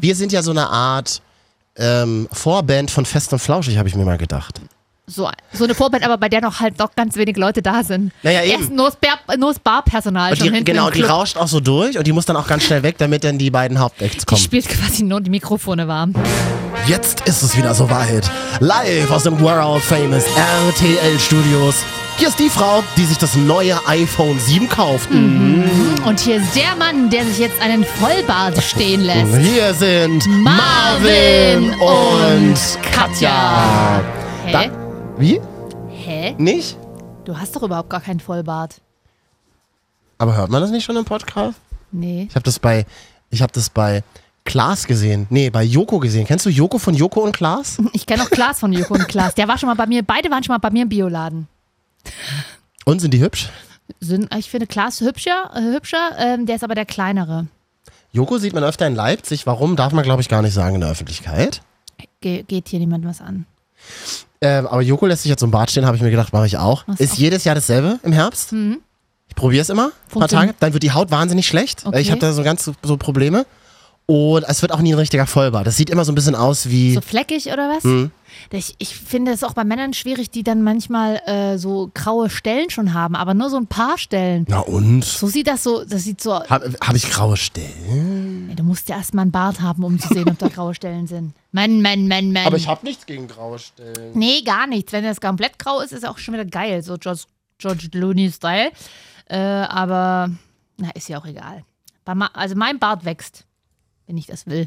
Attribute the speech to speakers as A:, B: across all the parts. A: Wir sind ja so eine Art ähm, Vorband von Fest und Flauschig, habe ich mir mal gedacht.
B: So, so eine Vorband, aber bei der noch halt noch ganz wenig Leute da sind.
A: Naja, eben.
B: Erst nur das Bar- nur das Barpersonal
A: Und
B: schon
A: die,
B: hinten
A: genau,
B: im
A: die
B: Club.
A: rauscht auch so durch und die muss dann auch ganz schnell weg, damit dann die beiden Hauptacts
B: Die
A: kommen.
B: spielt quasi nur die Mikrofone warm.
A: Jetzt ist es wieder soweit. Live aus dem World Famous RTL Studios. Hier ist die Frau, die sich das neue iPhone 7 kauft.
B: Mhm. Und hier ist der Mann, der sich jetzt einen Vollbart stehen lässt.
A: Mhm. Hier sind Marvin und
B: Marvin und
A: Katja.
B: Katja.
A: Da-
B: Hä?
A: Wie?
B: Hä?
A: Nicht?
B: Du hast doch überhaupt gar keinen Vollbart.
A: Aber hört man das nicht schon im Podcast?
B: Nee.
A: Ich habe das bei, ich habe das bei Klaas gesehen. Nee, bei Joko gesehen. Kennst du Joko von Joko und Klaas?
B: Ich kenne auch Klaas von Joko und Klaas. Der war schon mal bei mir, beide waren schon mal bei mir im Bioladen.
A: Und sind die hübsch?
B: Sind, ich finde Klaas hübscher, äh, hübscher ähm, der ist aber der kleinere.
A: Joko sieht man öfter in Leipzig. Warum darf man, glaube ich, gar nicht sagen in der Öffentlichkeit.
B: Ge geht hier niemand was an.
A: Ähm, aber Joko lässt sich jetzt im Bad stehen, habe ich mir gedacht, mache ich auch.
B: Mach's
A: Ist
B: auch.
A: jedes Jahr dasselbe im Herbst.
B: Mhm.
A: Ich probiere es immer, ein paar
B: Funktioniert.
A: Tage. Dann wird die Haut wahnsinnig schlecht. weil Ich
B: Okay.
A: habe da so ganz so- so Probleme. Und es wird auch nie ein richtiger Vollbart. Das sieht immer so ein bisschen aus wie.
B: So fleckig oder was? Ich, ich finde es auch bei Männern schwierig, die dann manchmal äh, so graue Stellen schon haben, aber nur so ein paar Stellen.
A: Na und?
B: So sieht das so, das sieht so
A: Habe hab ich graue Stellen?
B: Ey, Du musst ja erstmal einen Bart haben, um zu sehen, ob da graue Stellen sind. Mann, Mann, Mann, Mann.
A: habe nichts gegen graue Stellen.
B: nee, gar nichts. Wenn das komplett grau ist, ist auch schon wieder geil. So George, George Clooney-Style. Äh, aber, na, ist ja auch egal. Bei ma also mein Bart wächst, wenn ich das will.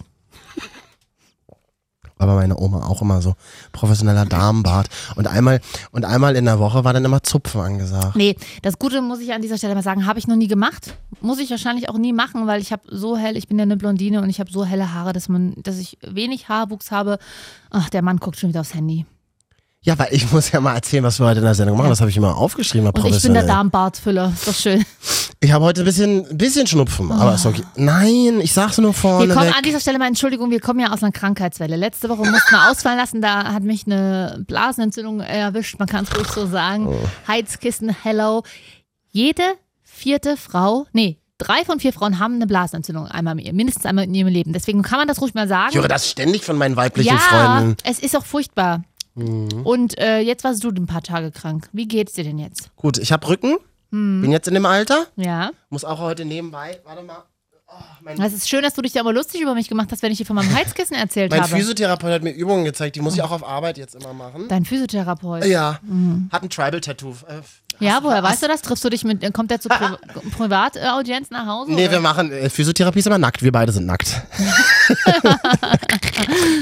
A: Aber meine Oma auch immer so professioneller Damenbart. Und einmal, und einmal in der Woche war dann immer Zupfen angesagt.
B: Nee, das Gute muss ich an dieser Stelle mal sagen, habe ich noch nie gemacht. Muss ich wahrscheinlich auch nie machen, weil ich habe so hell, ich bin ja eine Blondine und ich habe so helle Haare, dass, man, dass ich wenig Haarwuchs habe. Ach, der Mann guckt schon wieder aufs Handy.
A: Ja, weil ich muss ja mal erzählen, was wir heute in der Sendung machen. Das habe ich immer aufgeschrieben.
B: Und ich bin der Darmbartfüller. Ist doch schön.
A: Ich habe heute ein bisschen, bisschen Schnupfen, aber ist okay. Nein, ich sag's nur vorne.
B: Ah. Wir kommen
A: weg.
B: an dieser Stelle mal, Entschuldigung, wir kommen ja aus einer Krankheitswelle. Letzte Woche mussten wir ausfallen lassen, da hat mich eine Blasenentzündung erwischt, man kann es ruhig so sagen. Heizkissen, hello. Jede vierte Frau, nee, drei von vier Frauen haben eine Blasenentzündung einmal in ihr, mindestens einmal in ihrem Leben. Deswegen kann man das ruhig mal sagen.
A: Ich höre das ständig von meinen weiblichen
B: ja,
A: Freunden. Mhm.
B: es ist auch furchtbar. Und äh, jetzt warst du ein paar Tage krank. Wie geht's dir denn jetzt?
A: Gut, ich habe Rücken,
B: Hm.
A: bin jetzt in dem Alter,
B: Ja.
A: muss auch heute nebenbei, warte mal, oh, mein,
B: Es ist schön, dass du dich da immer lustig über mich gemacht hast, wenn ich dir von meinem Heizkissen erzählt
A: mein
B: habe.
A: Physiotherapeut hat mir Übungen gezeigt, die muss ich auch auf Arbeit jetzt immer machen.
B: Dein Physiotherapeut.
A: Ja, hat ein Tribal-Tattoo. Äh,
B: Hm. Ja, woher weißt du das? Triffst du dich mit, äh, kommt der zu Pri Privataudienz nach Hause?
A: Nee, wir
B: oder?
A: machen, äh, Physiotherapie ist immer nackt, wir beide sind nackt.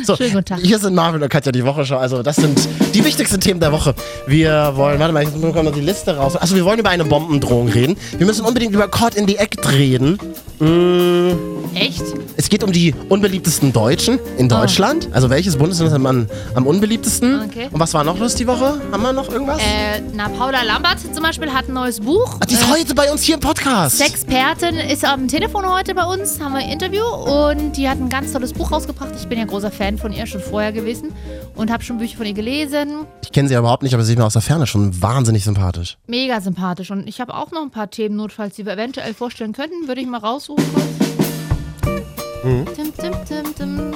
A: so,
B: Schönen guten Tag.
A: Hier sind Marvin und Katja die Woche schon. Also, das sind die wichtigsten Themen der Woche. Wir wollen, warte mal, ich muss noch die Liste raus. Also, wir wollen über eine Bombendrohung reden. Wir müssen unbedingt über Caught in the Act reden.
B: Echt?
A: Es geht um die unbeliebtesten Deutschen in
B: Oh.
A: Deutschland. Also, welches Bundesland hat man am unbeliebtesten?
B: Okay.
A: Und was war noch los die Woche? Haben wir noch irgendwas?
B: Äh, na, Paula Lambert zum Beispiel hat ein neues Buch.
A: Ach, die ist heute bei uns hier im Podcast.
B: Expertin ist am Telefon heute bei uns, haben wir ein Interview und die hat ein ganz tolles Buch rausgebracht. Ich bin ja großer Fan von ihr schon vorher gewesen und habe schon Bücher von ihr gelesen.
A: Ich kenne sie ja überhaupt nicht, aber sie ist mir aus der Ferne schon wahnsinnig sympathisch.
B: Mega sympathisch und ich habe auch noch ein paar Themen, notfalls, die wir eventuell vorstellen könnten, würde ich mal raussuchen.
A: Mhm.
B: Tim, tim, tim, tim.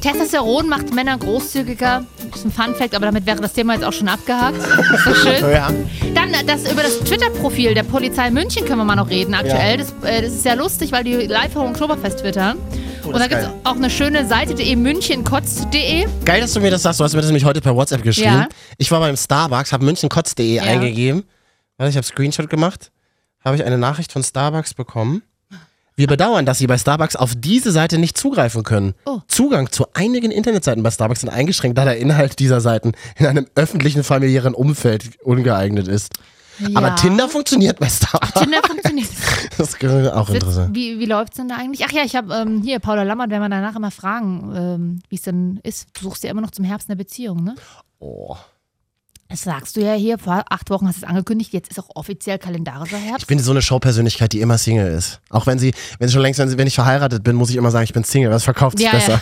B: Testosteron macht Männer großzügiger. Das ist ein Funfact, aber damit wäre das Thema jetzt auch schon abgehakt. Ist doch schön.
A: Ja.
B: Dann äh, das, über das Twitter-Profil der Polizei München können wir mal noch reden aktuell. Das, äh, das ist sehr lustig, weil die live vom Oktoberfest twittern. Und da
A: Oh, ist
B: gibt es
A: geil.
B: auch eine schöne Seite, de münchenkotz.de.
A: Geil, dass du mir das sagst. Du hast mir das nämlich heute per WhatsApp geschrieben.
B: Ja.
A: Ich war beim Starbucks, habe münchenkotz.de eingegeben. Warte, ich habe Screenshot gemacht. Habe ich eine Nachricht von Starbucks bekommen. Wir bedauern, dass Sie bei Starbucks auf diese Seite nicht zugreifen können.
B: Oh.
A: Zugang zu einigen Internetseiten bei Starbucks sind eingeschränkt, da der Inhalt dieser Seiten in einem öffentlichen familiären Umfeld ungeeignet ist. Aber
B: Ja.
A: Tinder funktioniert bei Starbucks.
B: Tinder funktioniert.
A: Das ist auch interessant.
B: Wie, wie läuft es denn da eigentlich? Ach ja, ich habe ähm, hier Paula Lammert, wenn wir danach immer fragen, ähm, wie es denn ist. Du suchst ja immer noch zum Herbst eine Beziehung, ne?
A: Oh.
B: Das sagst du ja hier, vor acht Wochen hast du es angekündigt, jetzt ist auch offiziell kalendarischer
A: Ich
B: Herbst.
A: bin so eine Showpersönlichkeit, die immer Single ist. Auch wenn sie, wenn sie schon längst, wenn, sie, wenn ich verheiratet bin, muss ich immer sagen, ich bin Single. Das verkauft sich
B: Ja,
A: besser.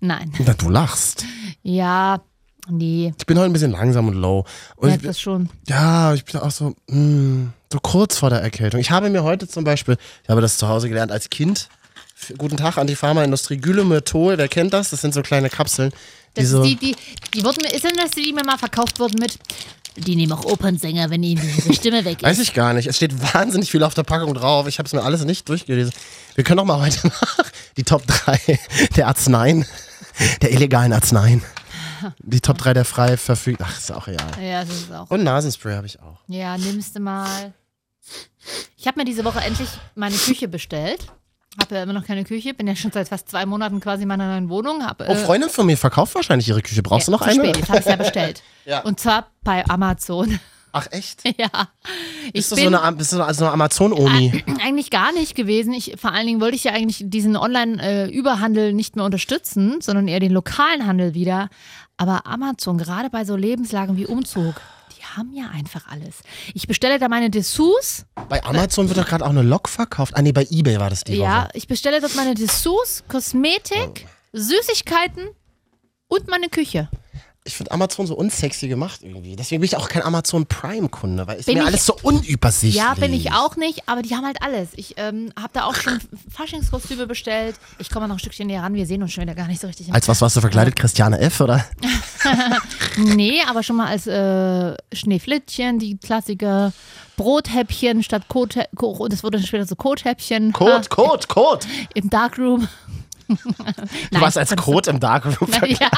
B: Nein.
A: Na, du lachst.
B: Ja, nee.
A: Ich bin heute ein bisschen langsam und low. Und
B: Ja,
A: ich,
B: das schon.
A: ja, ich bin auch so, hm, mh, so kurz vor der Erkältung. Ich habe mir heute zum Beispiel, ich habe das zu Hause gelernt als Kind, F- Guten Tag an die Pharmaindustrie. Gülemetol, wer kennt das? Das sind so kleine Kapseln. Die
B: Das
A: so,
B: ist die, die, die wurden mir, ist denn das die, die mir mal verkauft wurden mit, die nehmen auch Opernsänger, wenn ihnen diese Stimme weg ist.
A: weiß ich gar nicht. Es steht wahnsinnig viel auf der Packung drauf. Ich habe es mir alles nicht durchgelesen. Wir können doch mal heute nach die Top 3 der Arzneien, der illegalen Arzneien. Die Top 3 der frei verfügt. Ach, ist auch real.
B: Ja, das ist auch.
A: Und Nasenspray habe ich auch.
B: Ja, nimmst du mal. Ich habe mir diese Woche endlich meine Küche bestellt. Habe ja immer noch keine Küche, bin ja schon seit fast zwei Monaten quasi in meiner neuen Wohnung. Hab, äh,
A: Oh, Freundin von mir verkauft wahrscheinlich ihre Küche. Brauchst du noch
B: zu
A: eine?
B: Spät, jetzt habe ich ja bestellt.
A: Ja.
B: Und zwar bei Amazon.
A: Ach, echt?
B: ja. Ich äh,
A: Bist du so eine, Am- bist du so eine Amazon-Omi?
B: eigentlich gar nicht gewesen. Ich, vor allen Dingen wollte ich ja eigentlich diesen Online-Überhandel nicht mehr unterstützen, sondern eher den lokalen Handel wieder. Aber Amazon, gerade bei so Lebenslagen wie Umzug, die haben ja einfach alles. Ich bestelle da meine Dessous.
A: Bei Amazon wird doch gerade auch eine Lok verkauft. Ah, nee, bei Ebay war das die
B: Ja,
A: Woche.
B: ich bestelle dort meine Dessous, Kosmetik, Süßigkeiten und meine Küche.
A: Ich finde Amazon so unsexy gemacht irgendwie. Deswegen bin ich auch kein Amazon Prime-Kunde, weil ist
B: Bin
A: mir
B: ich-
A: alles so unübersichtlich.
B: Ja, bin ich auch nicht, aber die haben halt alles. Ich ähm, habe da auch schon Faschingskostüme bestellt. Ich komme noch ein Stückchen näher ran. Wir sehen uns schon wieder gar nicht so richtig. Im
A: Als was warst du verkleidet? Christiane F., oder?
B: Nee, aber schon mal als äh, Schneeflittchen, die Klassiker. Brothäppchen statt Kot, Ko- das wurde dann später so Kothäppchen.
A: Code,
B: Ha,
A: Code, Code.
B: Im Darkroom.
A: Du warst als Code im Darkroom.
B: ja.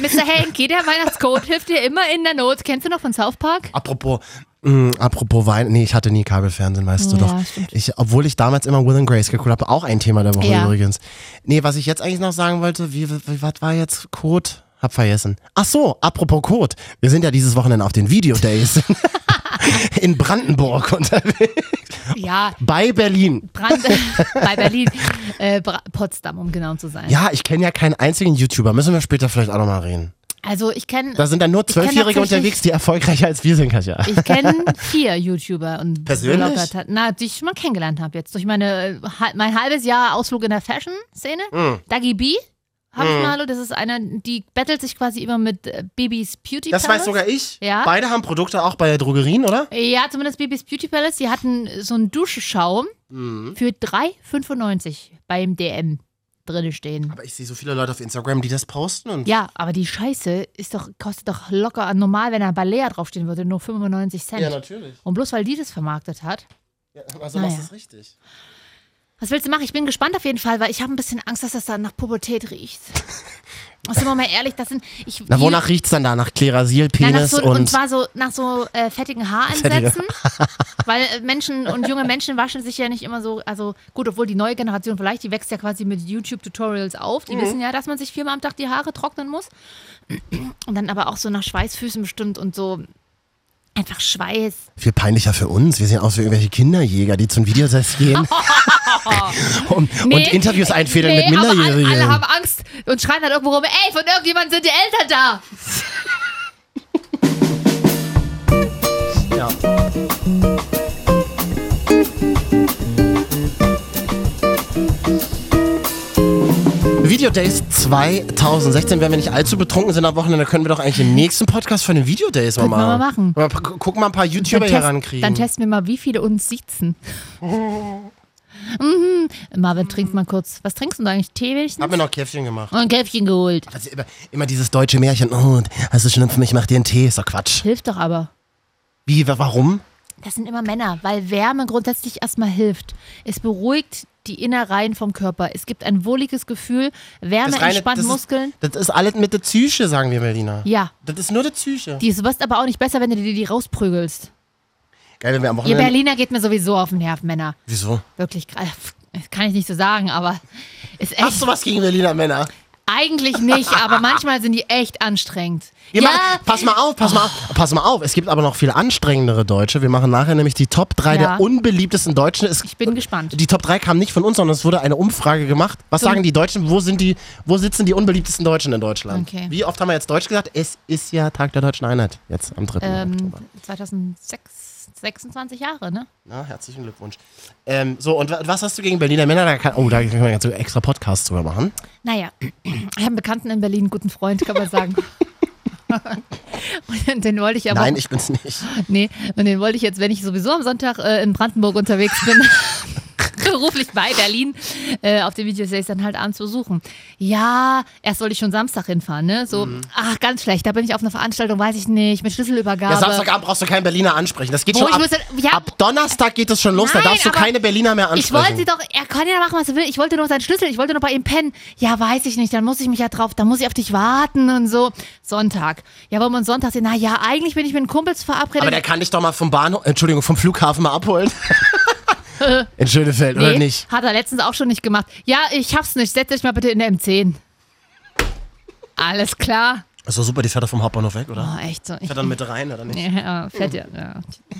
B: Mr. Hanky, der Weihnachtscode hilft dir immer in der Not. Kennst du noch von South Park?
A: Apropos, mh, apropos Wein. Nee, ich hatte nie Kabelfernsehen, weißt du
B: Ja,
A: doch.
B: stimmt.
A: Ich, obwohl ich damals immer Will and Grace geguckt habe, auch ein Thema der Woche
B: Ja.
A: übrigens. Nee, was ich jetzt eigentlich noch sagen wollte, wie, wie was war jetzt Code? Hab vergessen. Ach so, apropos Code. Wir sind ja dieses Wochenende auf den Video Days in Brandenburg unterwegs. Ah.
B: Ja,
A: Bei Berlin.
B: Brand bei Berlin. Äh, Bra Potsdam, um genau zu sein.
A: Ja, ich kenne ja keinen einzigen YouTuber. Müssen wir später vielleicht auch nochmal reden.
B: Also ich kenne
A: Da sind dann nur
B: Ich kenn
A: Zwölfjährige
B: tatsächlich-
A: unterwegs, die erfolgreicher als wir sind, Katja.
B: Ich kenne vier YouTuber und
A: Persönlich?
B: Blogger, na, die ich schon mal kennengelernt habe jetzt durch meine äh, hal- mein halbes Jahr Ausflug in der Fashion Szene.
A: Hm.
B: Dagi B habe
A: Mhm.
B: ich mal, das ist einer, die bettelt sich quasi immer mit äh, Bibis Beauty
A: Das
B: Palace.
A: weiß sogar ich.
B: Ja.
A: Beide haben Produkte auch bei Drogerien, oder?
B: Ja, zumindest Bibis Beauty Palace, die hatten so einen Duschschaum
A: Mhm.
B: für 3,95 beim DM drinne stehen.
A: Aber ich sehe so viele Leute auf Instagram, die das posten und
B: Ja, aber die Scheiße ist doch, kostet doch locker normal, wenn da Balea draufstehen würde, nur 95 Cent.
A: natürlich.
B: und bloß weil die das vermarktet hat,
A: Ja, also
B: Naja.
A: machst du es richtig.
B: Was willst du machen? Ich bin gespannt auf jeden Fall, weil ich habe ein bisschen Angst, dass das dann nach Pubertät riecht. Sind wir mal ehrlich, das sind. Ich,
A: Na, wonach riecht's dann da? Nach Klerasil,
B: Na, nach
A: Penis
B: so, und,
A: und,
B: zwar so nach so äh, fettigen Haaransätzen. weil äh, Menschen und junge Menschen waschen sich ja nicht immer so. Also gut, obwohl die neue Generation vielleicht, die wächst ja quasi mit YouTube-Tutorials auf.
A: Mhm.
B: Die wissen ja, dass man sich viermal am Tag die Haare trocknen muss. Und dann aber auch so nach Schweißfüßen bestimmt und so einfach Schweiß.
A: viel peinlicher für uns. Wir sehen aus wie irgendwelche Kinderjäger, die zum Videosess gehen Um, und, und
B: Nee,
A: Interviews einfädeln mit
B: nee,
A: Minderjährigen.
B: Aber alle, alle haben Angst und schreien dann irgendwo rum, ey, von irgendjemandem sind die Eltern da.
A: ja. Video Days 2016, wenn wir nicht allzu betrunken sind am Wochenende, können wir doch eigentlich den nächsten Podcast von den Video Days mal
B: Könnten wir
A: machen.
B: mal machen.
A: Mal gu- Gucken mal ein paar YouTuber hier rankriegen.
B: dann testen wir mal, wie viele uns siezen. mhm. Marvin, trink mal kurz. Was trinkst du denn eigentlich? Tee wenigstens?
A: Hab mir noch Käffchen gemacht.
B: Und ein Käffchen geholt.
A: Also immer, immer dieses deutsche Märchen, oh, und hast du Schnupfen, ich mach dir einen Tee, ist doch Quatsch.
B: Hilft doch aber.
A: Wie, wa- warum?
B: Das sind immer Männer, weil Wärme grundsätzlich erstmal hilft. Es beruhigt die Innereien vom Körper. Es gibt ein wohliges Gefühl. Wärme entspannt
A: das
B: Muskeln.
A: Ist, das ist alles mit der Psyche, sagen wir Berliner.
B: Ja.
A: Das ist nur der Psyche.
B: Die, du wirst aber auch nicht besser, wenn du dir die rausprügelst.
A: Geil, wenn wir am
B: Ihr
A: Wochenende...
B: Berliner geht mir sowieso auf den Nerv, Männer.
A: Wieso?
B: Wirklich, gra- das kann ich nicht so sagen, aber ist echt
A: Hast du was gegen Berliner Männer?
B: eigentlich nicht, aber manchmal sind die echt anstrengend.
A: Wir
B: ja, Oh.
A: machen, pass mal auf, pass mal auf, pass mal auf. Es gibt aber noch viel anstrengendere Deutsche. Wir machen nachher nämlich die Top 3
B: Ja.
A: der unbeliebtesten Deutschen. Es,
B: ich bin gespannt.
A: die Top 3 kam nicht von uns, sondern es wurde eine Umfrage gemacht. Was
B: So.
A: sagen die Deutschen? Wo sind die, wo sitzen die unbeliebtesten Deutschen in Deutschland?
B: Okay.
A: Wie oft haben wir jetzt Deutsch gesagt? Es ist ja Tag der Deutschen Einheit. Jetzt am 3.
B: Ähm,
A: Oktober.
B: 2006, 26 Jahre, ne?
A: Na, herzlichen Glückwunsch. Ähm, so, und wa- was hast du gegen Berliner Männer? Da kann, oh, da können wir jetzt so extra Podcasts drüber machen.
B: Naja, ich habe einen Bekannten in Berlin, einen guten Freund, kann man sagen. Und den wollte ich aber.
A: Nein, ich bin's nicht.
B: nee, und den wollte ich jetzt, wenn ich sowieso am Sonntag äh, in Brandenburg unterwegs bin, beruflich bei Berlin äh, auf den Videoseries dann halt abends besuchen. Ja, erst wollte ich schon Samstag hinfahren, ne? So,
A: Mhm.
B: ach, ganz schlecht, da bin ich auf einer Veranstaltung, weiß ich nicht, mit Schlüsselübergabe.
A: Ja, Samstagabend brauchst du keinen Berliner ansprechen. Das geht
B: Wo
A: schon
B: ich
A: ab,
B: muss dann- ja,
A: ab Donnerstag geht es schon los. da
B: Nein,
A: darfst du
B: aber
A: keine Berliner mehr ansprechen.
B: ich wollte sie doch, er kann ja machen, was er will. Ich wollte noch seinen Schlüssel, ich wollte noch bei ihm pennen. Ja, weiß ich nicht, dann muss ich mich ja drauf, dann muss ich auf dich warten und so. Sonntag. Ja, wollen wir uns Sonntag sehen? Na ja, eigentlich bin ich mit den Kumpels verabredet.
A: Aber der kann dich doch mal vom Bahnhof, Entschuldigung, vom Flughafen mal abholen. In Schönefeld, oder
B: Nee,
A: nicht?
B: Hat er letztens auch schon nicht gemacht. Ja, ich hab's nicht. Setz dich mal bitte in der M10. Alles klar.
A: Das ist doch super, die fährt doch vom Hauptbahnhof weg, oder?
B: Oh, echt so.
A: Fährt dann mit rein, oder nicht?
B: Ja, fährt ja. ja.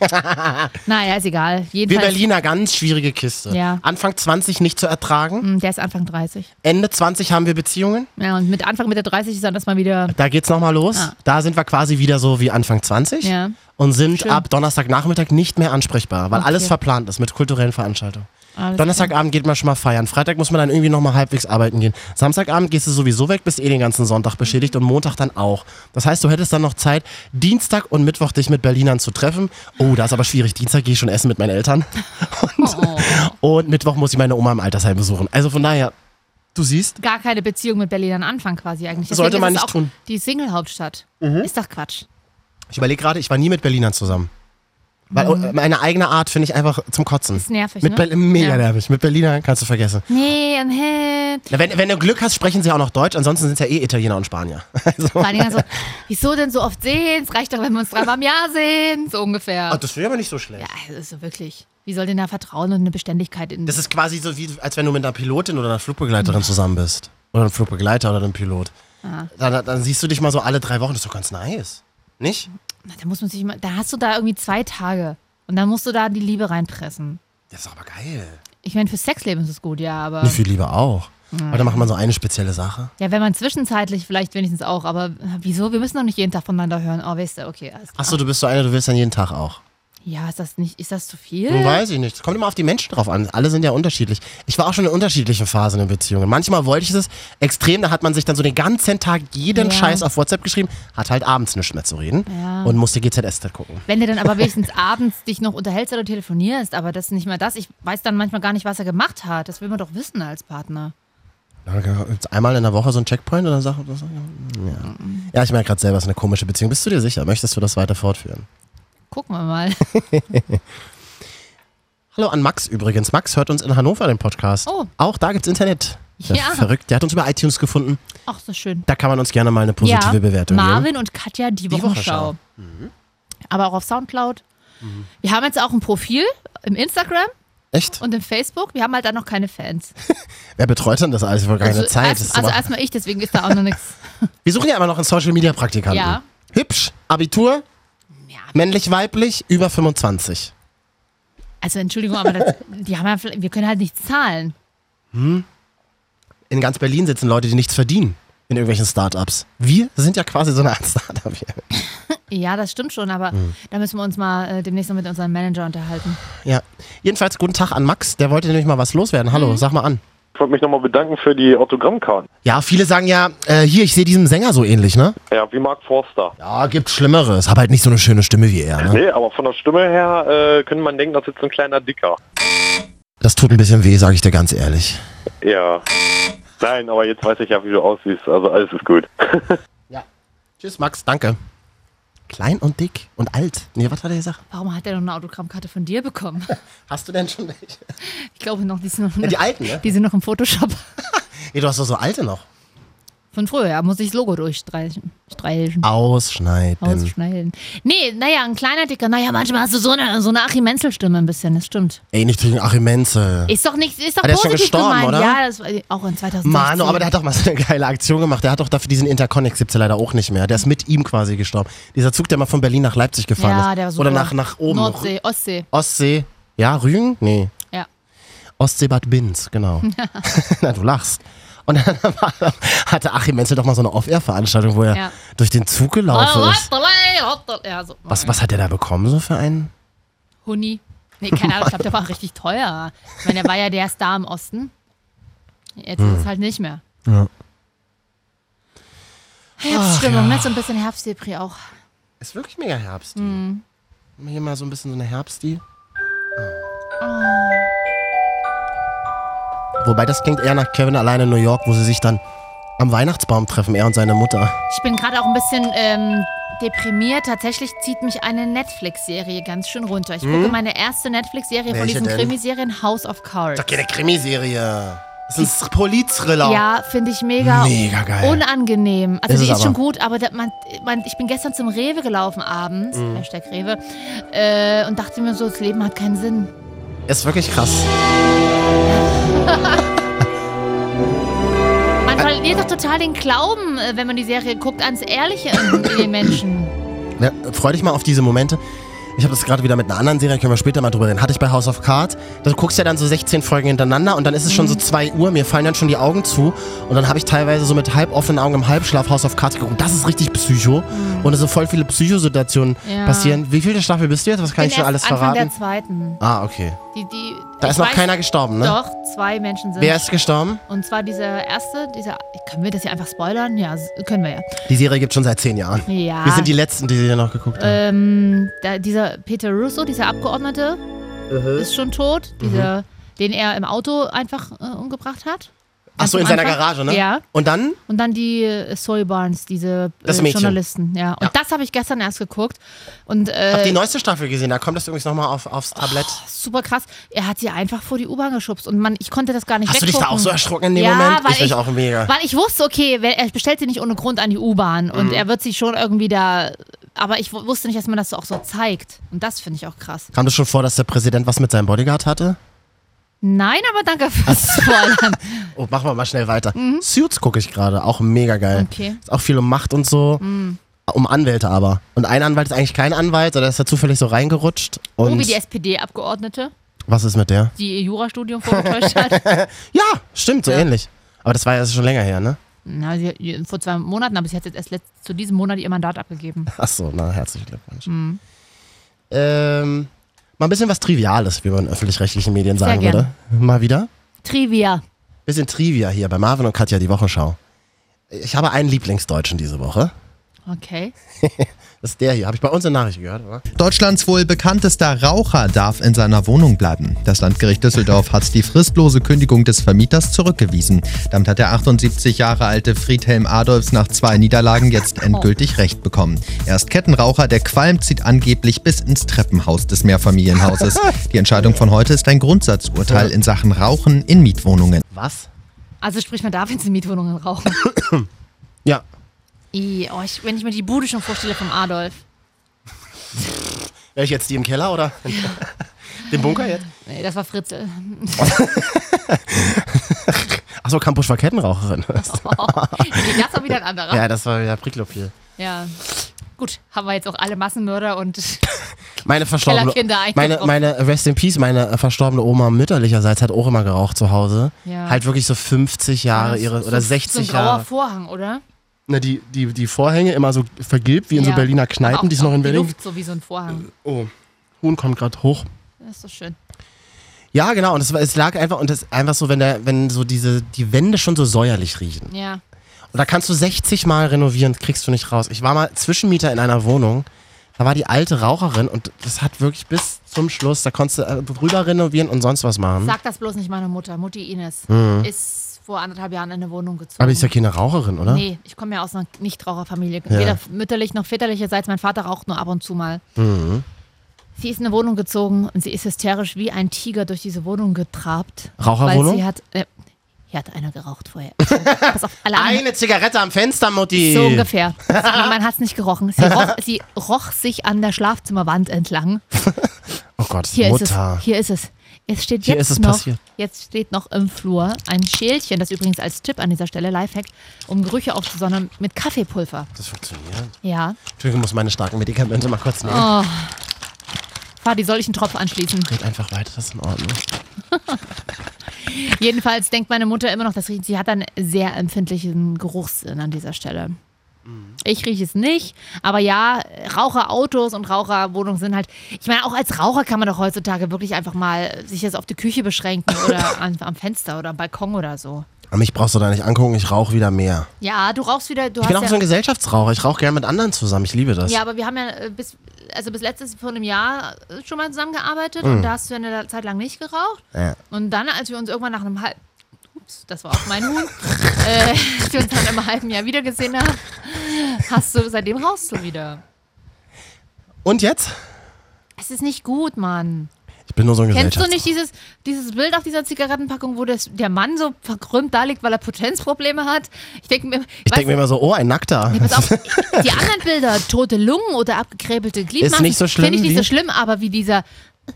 B: naja, ist egal.
A: Wir
B: Jedenfalls,
A: Berliner, ganz schwierige Kiste.
B: Ja.
A: Anfang 20 nicht zu ertragen.
B: Hm, der ist Anfang 30.
A: Ende 20 haben wir Beziehungen.
B: Ja, und mit Anfang Mitte 30 ist dann erstmal wieder.
A: Da geht's nochmal los.
B: Ah.
A: Da sind wir quasi wieder so wie Anfang 20
B: Ja.
A: und sind
B: Schön.
A: ab Donnerstagnachmittag nicht mehr ansprechbar, weil
B: Okay.
A: alles verplant ist mit kulturellen Veranstaltungen.
B: Alles
A: Donnerstagabend geht man schon mal feiern. Freitag muss man dann irgendwie nochmal halbwegs arbeiten gehen. Samstagabend gehst du sowieso weg, bist eh den ganzen Sonntag beschädigt und Montag dann auch. Das heißt, du hättest dann noch Zeit, Dienstag und Mittwoch dich mit Berlinern zu treffen. Oh, das ist aber schwierig. Dienstag gehe ich schon essen mit meinen Eltern. Und,
B: Oh,
A: und Mittwoch muss ich meine Oma im Altersheim besuchen. Also von daher, du siehst,
B: gar keine Beziehung mit Berlinern Anfang quasi eigentlich.
A: Sollte man
B: ist es
A: nicht
B: auch
A: tun. Mhm.
B: Die Single-Hauptstadt. Ist doch Quatsch.
A: Ich überlege gerade, ich war nie mit Berlinern zusammen. Weil äh, meine eigene Art finde ich einfach zum Kotzen.
B: Mhm. Ist nervig,
A: mit
B: ne?
A: Ber- mega
B: Ja.
A: nervig. Mit Berlinern kannst du vergessen.
B: Nee, und hä.
A: Na, wenn, wenn du Glück hast, sprechen sie auch noch Deutsch, ansonsten sind es ja eh Italiener und Spanier. Also.
B: Vor allen Dingen so, wieso denn so oft sehen? Es reicht doch, wenn wir uns dreimal im Jahr sehen. So ungefähr.
A: Ah, das wäre aber nicht so schlecht.
B: Ja, das ist so wirklich. Wie soll denn da Vertrauen und eine Beständigkeit in.
A: Das ist quasi so, wie, als wenn du mit einer Pilotin oder einer Flugbegleiterin zusammen bist. Oder einem Flugbegleiter oder einem Pilot.
B: Ah.
A: Dann, dann siehst du dich mal so alle drei Wochen, das ist doch ganz nice. Nicht?
B: Na, da muss man sich immer. Da hast du da irgendwie zwei Tage. Und dann musst du da die Liebe reinpressen.
A: Das ist doch aber geil.
B: Ich meine, fürs Sexleben ist es gut, ja, aber.
A: Nicht viel lieber auch.
B: Mhm.
A: Aber dann macht man so eine spezielle Sache.
B: Ja, wenn man zwischenzeitlich vielleicht wenigstens auch, aber äh, wieso? Wir müssen doch nicht jeden Tag voneinander hören. Oh, weißt du, okay. Alles klar.
A: Achso, du bist so einer, du willst dann jeden Tag auch.
B: Ja, ist das nicht. Ist das zu viel?
A: Nun Weiß ich nicht. Es kommt immer auf die Menschen drauf an. Alle sind ja unterschiedlich. Ich war auch schon in unterschiedlichen Phasen in Beziehungen. Manchmal wollte ich es extrem, da hat man sich dann so den ganzen Tag jeden
B: Ja.
A: Scheiß auf WhatsApp geschrieben, hat halt abends nichts mehr zu reden
B: Ja.
A: und musste GZSZ gucken.
B: Wenn du dann aber wenigstens abends dich noch unterhältst oder telefonierst, aber das ist nicht mal das. Ich weiß dann manchmal gar nicht, was er gemacht hat. Das will man doch wissen als Partner.
A: Dann gibt's Einmal in der Woche so ein Checkpoint oder Sache. Ja. ja, ich merke gerade selber, es ist eine komische Beziehung. Bist du dir sicher? Möchtest du das weiter fortführen?
B: Gucken wir mal.
A: Hallo an Max übrigens. Max hört uns in Hannover den Podcast.
B: Oh.
A: Auch da gibt's Internet. Der
B: Ja.
A: Verrückt. Der hat uns über iTunes gefunden.
B: Ach, so schön.
A: Da kann man uns gerne mal eine positive
B: ja,
A: Bewertung geben.
B: Marvin und Katja, die, Wochenschau.
A: Wochenschau. Mhm.
B: Aber auch auf Soundcloud. Wir haben jetzt auch ein Profil im Instagram
A: Echt?
B: und im Facebook. Wir haben halt da noch keine Fans.
A: Wer betreut denn das alles? Ich habe gar keine Zeit. das
B: erst,
A: zu
B: also
A: machen.
B: erstmal ich, deswegen ist da auch noch nichts.
A: Wir suchen ja immer noch einen Social Media Praktikanten.
B: Ja.
A: Hübsch, Abitur, männlich, weiblich, über 25.
B: Also Entschuldigung, aber das, die haben ja, vielleicht- wir können halt nicht zahlen.
A: In ganz Berlin sitzen Leute, die nichts verdienen in irgendwelchen Startups. Wir sind ja quasi so eine Art Startup hier.
B: Ja, das stimmt schon, aber
A: Mhm.
B: da müssen wir uns mal äh, demnächst noch mit unserem Manager unterhalten.
A: Ja. Jedenfalls guten Tag an Max, der wollte nämlich mal was loswerden.
B: Mhm.
A: Hallo, sag mal an.
C: Ich wollte mich nochmal bedanken für die Autogrammkarten.
A: Ja, viele sagen ja, äh, hier, ich sehe diesem Sänger so ähnlich, ne?
C: Ja, wie Mark Forster.
A: Ja, gibt Schlimmeres. Hab halt nicht so eine schöne Stimme wie er, ne?
C: Nee, aber von der Stimme her äh, könnte man denken, das ist jetzt ein kleiner Dicker.
A: Das tut ein bisschen weh, sage ich dir ganz ehrlich.
C: Ja. Nein, aber jetzt weiß ich ja, wie du aussiehst. Also alles ist gut.
A: Ja. Tschüss, Max, danke. Klein und dick und alt. Nee, was hat er gesagt?
B: Warum hat er noch eine Autogrammkarte von dir bekommen?
A: Hast du denn schon welche?
B: Ich glaube noch, die sind noch,
A: Die alten, ne?
B: die sind noch im Photoshop.
A: Nee, du hast doch so alte noch.
B: Von früher, ja, muss ich das Logo durchstreichen. Streichen.
A: Ah, Ausschneiden.
B: Ausschneiden. Nee, naja, ein kleiner Dicker. Naja, manchmal hast du so eine, so eine Achim Menzel-Stimme ein bisschen, das stimmt.
A: Ey, nicht gegen Achim Menzel.
B: Ist doch nicht, ist doch
A: Ah, der ist schon
B: positiv
A: gestorben,
B: gemeint.
A: oder?
B: Ja, das war auch in 2016.
A: Manu, aber der hat doch mal so eine geile Aktion gemacht. Der hat doch dafür diesen Interconnect gibt's ja leider auch nicht mehr. Der ist mit ihm quasi gestorben. Dieser Zug, der mal von Berlin nach Leipzig gefahren
B: ja,
A: ist.
B: der war super.
A: Oder nach, nach oben.
B: Nordsee, Ostsee.
A: Ostsee. Ja, Rügen? Nee.
B: Ja.
A: Ostseebad Binz, genau. Na, du lachst. Und dann war- hatte Achim Menzel doch mal so eine Off-Air-Veranstaltung, wo er
B: Ja.
A: durch den Zug gelaufen ist.
B: Oh, Ja, so.
A: Was, was hat der da bekommen so für einen?
B: Huni. Nee, keine Ahnung, ich glaube, der war richtig teuer. Ich meine, der war ja der Star im Osten. Jetzt ist es halt nicht mehr.
A: Hm.
B: Ah,
A: Ja.
B: Herbststimmung, ne? So ein bisschen Herbstdepri auch.
A: Ist wirklich mega Herbst. Hier mal so ein bisschen so eine Herbsti. Ah. Wobei das klingt eher nach Kevin alleine in New York, wo sie sich dann am Weihnachtsbaum treffen, er und seine Mutter.
B: Ich bin gerade auch ein bisschen ähm, deprimiert. Tatsächlich zieht mich eine Netflix-Serie ganz schön runter. Ich gucke meine erste Netflix-Serie
A: Hm?
B: von
A: Welche
B: diesen
A: denn?
B: Krimiserien House of Cards.
A: Doch keine Krimiserie. Das ist ein Polizthriller.
B: Ja, finde ich mega,
A: Genau. Mega geil.
B: unangenehm. Also
A: Ist
B: die
A: es
B: ist schon
A: aber.
B: gut, aber da- man, man, ich bin gestern zum Rewe gelaufen abends,
A: Mhm.
B: Hashtag Rewe, äh, und dachte mir so, das Leben hat keinen Sinn.
A: Ist wirklich krass.
B: Man
A: Äh.
B: verliert doch total den Glauben, äh, wenn man die Serie guckt, ans Ehrliche in in den Menschen.
A: Ja, freu dich mal auf diese Momente. Ich habe das gerade wieder mit einer anderen Serie, können wir später mal drüber reden. Hatte ich bei House of Cards. Da guckst du ja dann so 16 Folgen hintereinander und dann ist es schon so
B: Mhm.
A: 2 Uhr, mir fallen dann schon die Augen zu. Und dann habe ich teilweise so mit halb offenen Augen im Halbschlaf House of Cards geguckt. Das ist richtig Psycho. Und es sind voll viele Psychosituationen
B: Mhm. Ja.
A: passieren. Wie viele Staffel bist du jetzt? Was kann ich
B: bin
A: schon alles
B: erst Anfang
A: verraten?
B: der zweiten.
A: Ah, okay.
B: Die, die,
A: Da
B: ich
A: ist noch
B: weiß-
A: keiner gestorben, ne?
B: Doch, zwei Menschen sind.
A: Wer ist gestorben?
B: Und zwar dieser erste, dieser. Können wir das hier einfach spoilern? Ja, s- können wir ja.
A: Die Serie gibt schon seit 10 Jahren.
B: Ja.
A: Wir sind die Letzten, die sie noch geguckt haben.
B: ähm, da, dieser Peter Russo, dieser Abgeordnete, ist schon tot.
A: Mhm.
B: Dieser, den er im Auto einfach äh, umgebracht hat.
A: Ach so, in
B: Ganz am
A: seiner
B: also Anfang.
A: Garage, ne?
B: Ja.
A: Und dann?
B: Und dann die äh, Zoe Barnes, diese äh,
A: Das Mädchen.
B: Journalisten. Ja. Und das habe ich gestern erst geguckt. Und
A: Hab die
B: äh,
A: neueste Staffel gesehen, da kommt das übrigens nochmal auf, aufs Tablett.
B: super krass. Er hat sie einfach vor die U-Bahn geschubst und man, ich konnte das gar nicht
A: Hast du dich da
B: weggucken.
A: auch so erschrocken in dem
B: ja,
A: Moment?
B: Weil
A: ich mich auch mega.
B: Weil ich wusste, okay, wer- er bestellt sie nicht ohne Grund an die U-Bahn
A: Mhm.
B: und er wird sie schon irgendwie da. Aber ich wu- wusste nicht, dass man das so auch so zeigt. Und das finde ich auch krass.
A: Kam das schon vor, dass der Präsident was mit seinem Bodyguard hatte?
B: Nein, aber danke fürs Spoilern.
A: Oh, machen wir mal schnell weiter. Suits gucke ich gerade, auch mega geil.
B: Mhm. Okay. Mhm.
A: Ist auch viel um Macht und so. Um Anwälte aber. Und ein Anwalt ist eigentlich kein Anwalt, oder ist da zufällig so reingerutscht.
B: So
A: Und
B: Oh, wie die SPD-Abgeordnete,
A: was ist mit der?
B: die ihr Jurastudium vorgetäuscht hat.
A: Ja, stimmt, so ähnlich. Aber das war ja schon länger her, ne?
B: Na, sie, sie- vor zwei Monaten, aber sie hat jetzt erst letzt, zu diesem Monat ihr Mandat abgegeben.
A: Ach so, na, herzlichen Glückwunsch.
B: Mhm.
A: Ähm, mal ein bisschen was Triviales, wie man in öffentlich-rechtlichen Medien
B: Sehr
A: sagen würde. Mal wieder.
B: Trivia.
A: Bisschen Trivia hier bei Marvin und Katja, die Wochenschau. Ich habe einen Lieblingsdeutschen diese Woche.
B: Okay.
A: Das ist der hier. Habe ich bei uns in Nachrichten gehört, oder?
D: Deutschlands wohl bekanntester Raucher darf in seiner Wohnung bleiben. Das Landgericht Düsseldorf hat die fristlose Kündigung des Vermieters zurückgewiesen. Damit hat der 78 Jahre alte Friedhelm Adolfs nach zwei Niederlagen jetzt endgültig Recht bekommen. Er ist Kettenraucher, der Qualm zieht angeblich bis ins Treppenhaus des Mehrfamilienhauses. Die Entscheidung von heute ist ein Grundsatzurteil in Sachen Rauchen in Mietwohnungen.
A: Was?
B: Also sprich, man darf jetzt in Mietwohnungen rauchen.
A: Ja.
B: I, oh, ich, wenn ich mir die Bude schon vorstelle vom Adolf.
A: Wäre ich jetzt die im Keller oder? Den Bunker jetzt?
B: Nee, das war Fritzel.
A: Achso, Campusch war Kettenraucherin.
B: Okay, das war wieder ein anderer.
A: ja, das war ja Priklopil.
B: Ja. Gut, haben wir jetzt auch alle Massenmörder und
A: Meine verstorbene,
B: Kellerkinder
A: meine,
B: eingetroffen.
A: meine Rest in Peace, meine äh, verstorbene Oma mütterlicherseits hat auch immer geraucht zu Hause.
B: Ja.
A: Halt wirklich so 50 Jahre ihre,
B: so-
A: oder
B: so ein
A: 60
B: grauer
A: Jahre.
B: Vorhang, oder?
A: Na, die, die, die Vorhänge immer so vergilbt, wie in so
B: Ja.
A: Berliner
B: Aber auch-
A: Kneipen, die es noch in
B: auch
A: Berlin
B: Die Luft, so wie so ein Vorhang.
A: Oh, Huhn kommt gerade hoch.
B: Das ist doch schön.
A: Ja, genau. Und es, war- es lag einfach, und es einfach so, wenn, der, wenn so diese, die Wände schon so säuerlich riechen.
B: Ja.
A: Und da kannst du 60 Mal renovieren, kriegst du nicht raus. Ich war mal Zwischenmieter in einer Wohnung. Da war die alte Raucherin und das hat wirklich bis zum Schluss, da konntest du äh, rüber renovieren und sonst was machen.
B: Sag das bloß nicht meiner Mutter. Mutti Ines ist vor anderthalb Jahren in eine Wohnung gezogen.
A: Aber Hm. Ah, ist ja keine Raucherin, oder?
B: Nee, ich komme ja aus einer Nichtraucherfamilie.
A: Ja.
B: Weder mütterlich noch väterlicherseits. Mein Vater raucht nur ab und zu mal.
A: Hm.
B: Sie ist in eine Wohnung gezogen und sie ist hysterisch wie ein Tiger durch diese Wohnung getrabt.
A: Raucherwohnung?
B: Weil sie hat. Äh, hier hat einer geraucht vorher. Pass auf, alle anderen
A: Eine Zigarette am Fenster, Mutti.
B: So ungefähr. Sie- Man hat es nicht gerochen. Sie roch, sie roch sich an der Schlafzimmerwand entlang.
A: oh Gott,
B: Hier ist
A: Mutter.
B: es. Hier ist es. Es steht
A: Hier
B: jetzt
A: ist es
B: noch,
A: passiert.
B: jetzt steht noch im Flur ein Schälchen, das übrigens als Tipp an dieser Stelle, Lifehack, um Gerüche aufzusondern, mit Kaffeepulver.
A: Das funktioniert.
B: Ja.
A: Entschuldigung, ich muss meine starken Medikamente mal kurz nehmen.
B: Oh. Fadi, soll ich einen Tropf anschließen?
A: Geht einfach weiter, das ist in Ordnung.
B: Jedenfalls denkt meine Mutter immer noch, das riecht. Sie hat einen sehr empfindlichen Geruchssinn an dieser Stelle.
A: Mhm.
B: Ich rieche es nicht, aber ja, Raucherautos und Raucherwohnungen sind halt. Ich meine, auch als Raucher kann man doch heutzutage wirklich einfach mal sich jetzt auf die Küche beschränken oder an, am Fenster oder am Balkon oder so.
A: Aber mich brauchst du da nicht angucken, ich rauche wieder mehr.
B: Ja, du rauchst wieder. Du
A: Ich
B: hast
A: bin auch
B: ja,
A: so ein Gesellschaftsraucher, ich rauche gerne mit anderen zusammen, ich liebe das.
B: Ja, aber wir haben ja äh, bis, also bis letztes vor einem Jahr äh, schon mal zusammengearbeitet und da hast du ja eine Zeit lang nicht geraucht.
A: Mhm. Ja.
B: Und dann, als wir uns irgendwann nach einem halb, Ups, das war auch mein Huhn. äh, die uns dann im halben Jahr wieder gesehen haben. Hast du seitdem raus du wieder.
A: Und jetzt?
B: Es ist nicht gut, Mann.
A: Ich bin nur so ein
B: Kennst du
A: Gesellschafts-
B: nicht dieses, dieses Bild auf dieser Zigarettenpackung, wo das, der Mann so verkrümmt da liegt, weil er Potenzprobleme hat? Ich denke mir,
A: Ich
B: weißt
A: denke mir immer so, oh, ein Nackter.
B: du, pass auf, die anderen Bilder, tote Lungen oder abgekräbelte Gliedmaßen,
A: nicht so schlimm
B: finde ich nicht
A: wie-
B: so schlimm, aber wie dieser,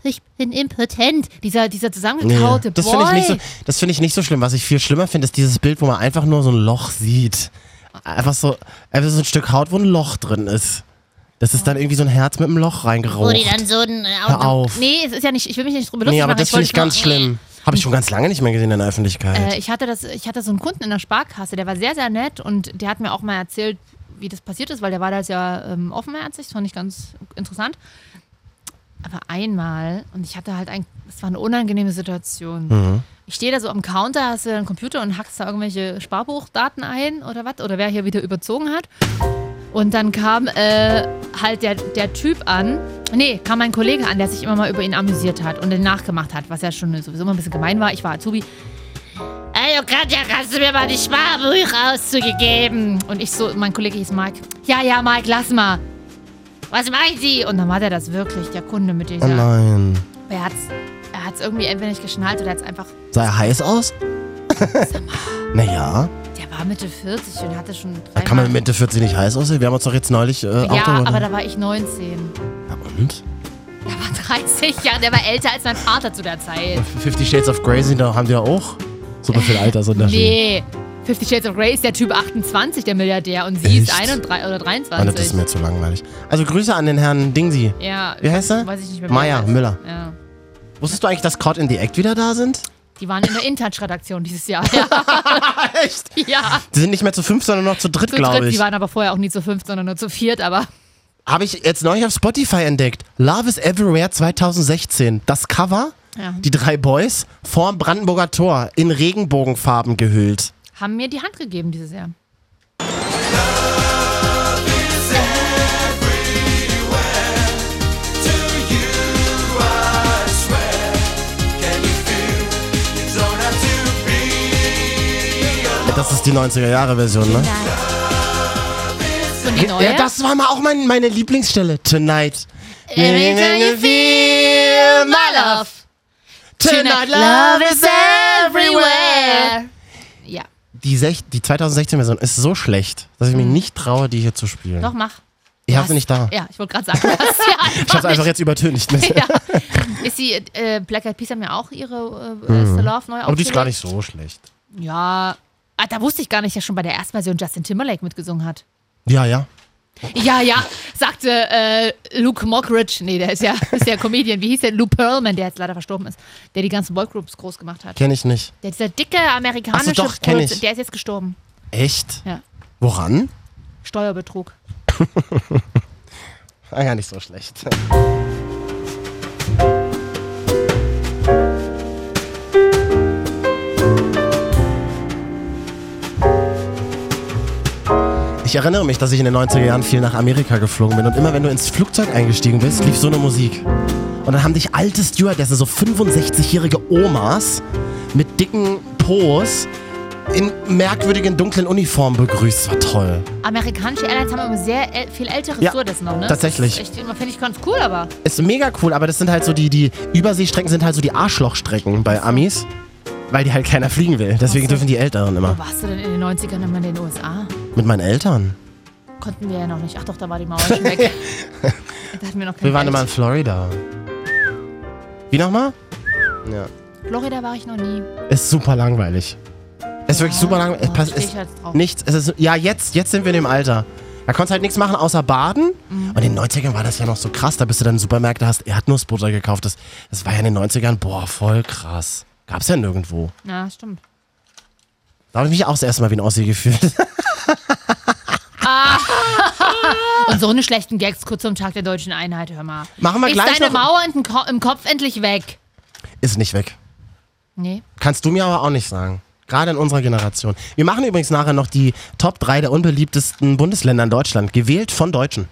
B: ich bin impotent, dieser, dieser
A: Nee,
B: zusammengekaute
A: das
B: Boy.
A: finde ich, nicht so, das find ich nicht so schlimm. Was ich viel schlimmer finde, ist dieses Bild, wo man einfach nur so ein Loch sieht. Einfach so, einfach so ein Stück Haut, wo ein Loch drin ist. Das ist dann irgendwie so ein Herz mit einem Loch
B: Wo
A: reingerutscht.
B: die dann so ein
A: Hör auf.
B: Nee, es ist ja nicht, ich will mich nicht drüber lustig
A: Nee, aber
B: machen.
A: das
B: wollte
A: finde ich ganz
B: nur-
A: schlimm. Habe ich schon ganz lange nicht mehr gesehen in der Öffentlichkeit.
B: Äh, ich, hatte das, ich hatte so einen Kunden in der Sparkasse, der war sehr, sehr nett und der hat mir auch mal erzählt, wie das passiert ist, weil der war da sehr ähm, offenherzig, das fand ich ganz interessant. Aber einmal, und ich hatte halt ein, es war eine unangenehme Situation. Ich stehe da so am Counter, hast du einen Computer und hackst da irgendwelche Sparbuchdaten ein oder was, oder wer hier wieder überzogen hat. Und dann kam äh, halt der, der Typ an, nee, kam mein Kollege an, der sich immer mal über ihn amüsiert hat und den nachgemacht hat, was ja schon sowieso immer ein bisschen gemein war. Ich war Azubi. Ey, oh Katja, kannst du mir mal die Sparbücher auszugegeben? Und ich so, mein Kollege hieß Mike. Ja, ja, Mike, lass mal. Was meinen Sie? Und dann war der das wirklich, der Kunde mit
A: oh
B: dieser.
A: nein.
B: er hat's, er hat's irgendwie entweder nicht geschnallt oder hat's einfach.
A: Sah er heiß aus? naja,
B: Der war Mitte 40 und hatte schon
A: da
B: drei.
A: kann man mit Mitte 40 nicht heiß aussehen. Wir haben uns doch jetzt neulich äh, auch
B: ja,
A: darüber-
B: aber da war ich 19.
A: Ja, und?
B: Der war 30 Jahre, der war älter als mein Vater zu der Zeit.
A: Fifty Shades of Grey sind da haben die ja auch super viel Altersunterschied.
B: Nee. 50 Shades of Grey ist der Typ 28, der Milliardär, und sie ist
A: Echt?
B: 31 oder
A: Ah, das ist
B: 23.
A: mir zu langweilig. Also Grüße an den Herrn Dingsi.
B: ja,
A: Wie heißt er?
B: Weiß ich nicht mehr.
A: Meier, Müller.
B: Ja.
A: Wusstest du eigentlich, dass Caught in the Act wieder da sind?
B: Die waren in der InTouch-Redaktion dieses Jahr. Ja,
A: Echt?
B: ja.
A: Die sind nicht mehr zu fünf, sondern noch zu dritt,
B: zu
A: glaube
B: dritt.
A: ich.
B: Die waren aber vorher auch nie zu fünft, sondern nur zu viert. Aber
A: Habe ich jetzt neulich auf Spotify entdeckt. Love is Everywhere 2016. Das Cover,
B: Ja.
A: die drei Boys, vorm Brandenburger Tor, in Regenbogenfarben gehüllt.
B: haben mir die Hand gegeben dieses Jahr.
A: Das ist die 90er-Jahre-Version, ne?
B: Und die neue?
A: Ja, das war mal auch mein, meine Lieblingsstelle. Tonight.
B: Every time you
A: feel my love. Tonight love is everywhere.
B: Ja,
A: Die, sech- die 2016-Version ist so schlecht, dass ich mich nicht traue, die hier zu spielen.
B: doch, mach.
A: ich hab
B: Was?
A: sie nicht da.
B: Ja, ich wollte gerade sagen, du hast sie
A: Ich hab's einfach jetzt übertönigt.
B: Ja. Ist die äh, Black Eyed Peas haben ja auch ihre äh, äh, Still Love neu
A: Mhm. Aber die ist gar nicht so schlecht.
B: Ja. Ah, da wusste ich gar nicht, dass schon bei der ersten Version Justin Timberlake mitgesungen hat.
A: Ja, ja.
B: Ja, ja, sagte äh, Luke Mockridge. Nee, der ist ja, ist ja Comedian. Wie hieß der? Lou Pearlman, der jetzt leider verstorben ist. Der die ganzen Boygroups groß gemacht hat.
A: Kenne ich nicht.
B: Der, dieser dicke amerikanische
A: Ach so, doch, kenn ich.
B: Produzent, der ist jetzt gestorben.
A: Echt?
B: Ja.
A: Woran?
B: Steuerbetrug.
A: Ah, ja, nicht so schlecht. Ich erinnere mich, dass ich in den 90er Jahren viel nach Amerika geflogen bin und immer wenn du ins Flugzeug eingestiegen bist, lief so eine Musik. Und dann haben dich alte Stewardessen, so 65-jährige Omas mit dicken Po's in merkwürdigen dunklen Uniformen begrüßt. Das war toll.
B: Amerikanische Airlines haben immer sehr äl viel ältere
A: Ja,
B: Stewardessen noch, ne?
A: tatsächlich.
B: Das ist Echt, Finde ich ganz cool, aber.
A: ist mega cool, aber das sind halt so die, die Überseestrecken sind halt so die Arschlochstrecken bei Amis, weil die halt keiner fliegen will. Deswegen
B: Ach so.
A: dürfen die Älteren
B: Wo
A: immer.
B: warst du denn in den 90ern immer in den USA?
A: Mit meinen Eltern.
B: Konnten wir ja noch nicht. Ach doch, da war die Mauer schon weg. da hatten wir noch kein
A: Wir waren
B: Geld.
A: immer in Florida. Wie nochmal? Ja.
B: Florida war ich noch nie.
A: Ist super langweilig. Ist wirklich super langweilig. Es
B: Oh,
A: passt-
B: steh ich
A: ist
B: jetzt drauf.
A: nichts. Es ist, ja, jetzt, jetzt sind wir in dem Alter. Da konntest halt nichts machen außer baden.
B: Mhm.
A: Und in den 90ern war das ja noch so krass. Da bist du dann in Supermärkte, hast Erdnussbutter gekauft. Das, das war ja in den 90ern, boah, voll krass. Gab's ja nirgendwo.
B: Na, stimmt.
A: Da habe ich mich auch das erste Mal wie ein Aussie gefühlt.
B: Und so eine schlechten Gags kurz zum Tag der deutschen Einheit, hör mal.
A: Machen wir
B: ist
A: gleich
B: deine
A: noch-
B: Mauer in den Ko im Kopf endlich weg?
A: Ist nicht weg.
B: Nee.
A: Kannst du mir aber auch nicht sagen. Gerade in unserer Generation. Wir machen übrigens nachher noch die Top 3 der unbeliebtesten Bundesländer in Deutschland, gewählt von Deutschen.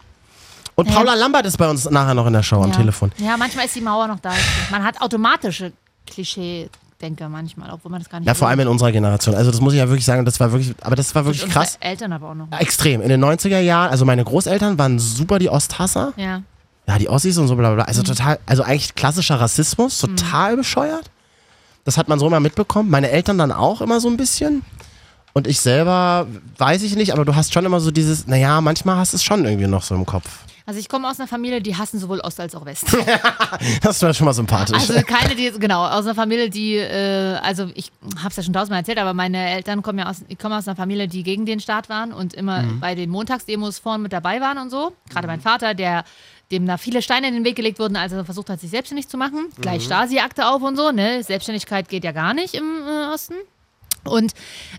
A: Und
B: Ja.
A: Paula Lambert ist bei uns nachher noch in der Show am
B: ja.
A: Telefon.
B: Ja, manchmal ist die Mauer noch da. Man hat automatische Klischee-Dinger. denke manchmal, obwohl man das gar nicht.
A: Ja, vor allem in unserer Generation. Also das muss ich ja wirklich sagen, das war wirklich, aber das war wirklich
B: Und
A: krass.
B: unsere Eltern aber auch noch.
A: Extrem. In den 90er Jahren, also meine Großeltern waren super die Osthasser.
B: Ja.
A: Ja, die Ossis und so bla bla. bla. Also
B: Mhm.
A: total, also eigentlich klassischer Rassismus, total bescheuert. Das hat man so immer mitbekommen. Meine Eltern dann auch immer so ein bisschen. Und ich selber weiß ich nicht, aber du hast schon immer so dieses, naja, manchmal hast du es schon irgendwie noch so im Kopf.
B: Also ich komme aus einer Familie, die hassen sowohl Ost als auch West.
A: Das war schon mal sympathisch.
B: Also keine, die, genau, aus einer Familie, die, äh, also ich habe es ja schon tausendmal erzählt, aber meine Eltern kommen ja aus, ich komme aus einer Familie, die gegen den Staat waren und immer bei den Montagsdemos vorn mit dabei waren und so. Gerade mein Vater, der dem da viele Steine in den Weg gelegt wurden, als er versucht hat, sich selbstständig zu machen. Gleich Stasi-Akte auf und so, ne? Selbstständigkeit geht ja gar nicht im äh, Osten. Und,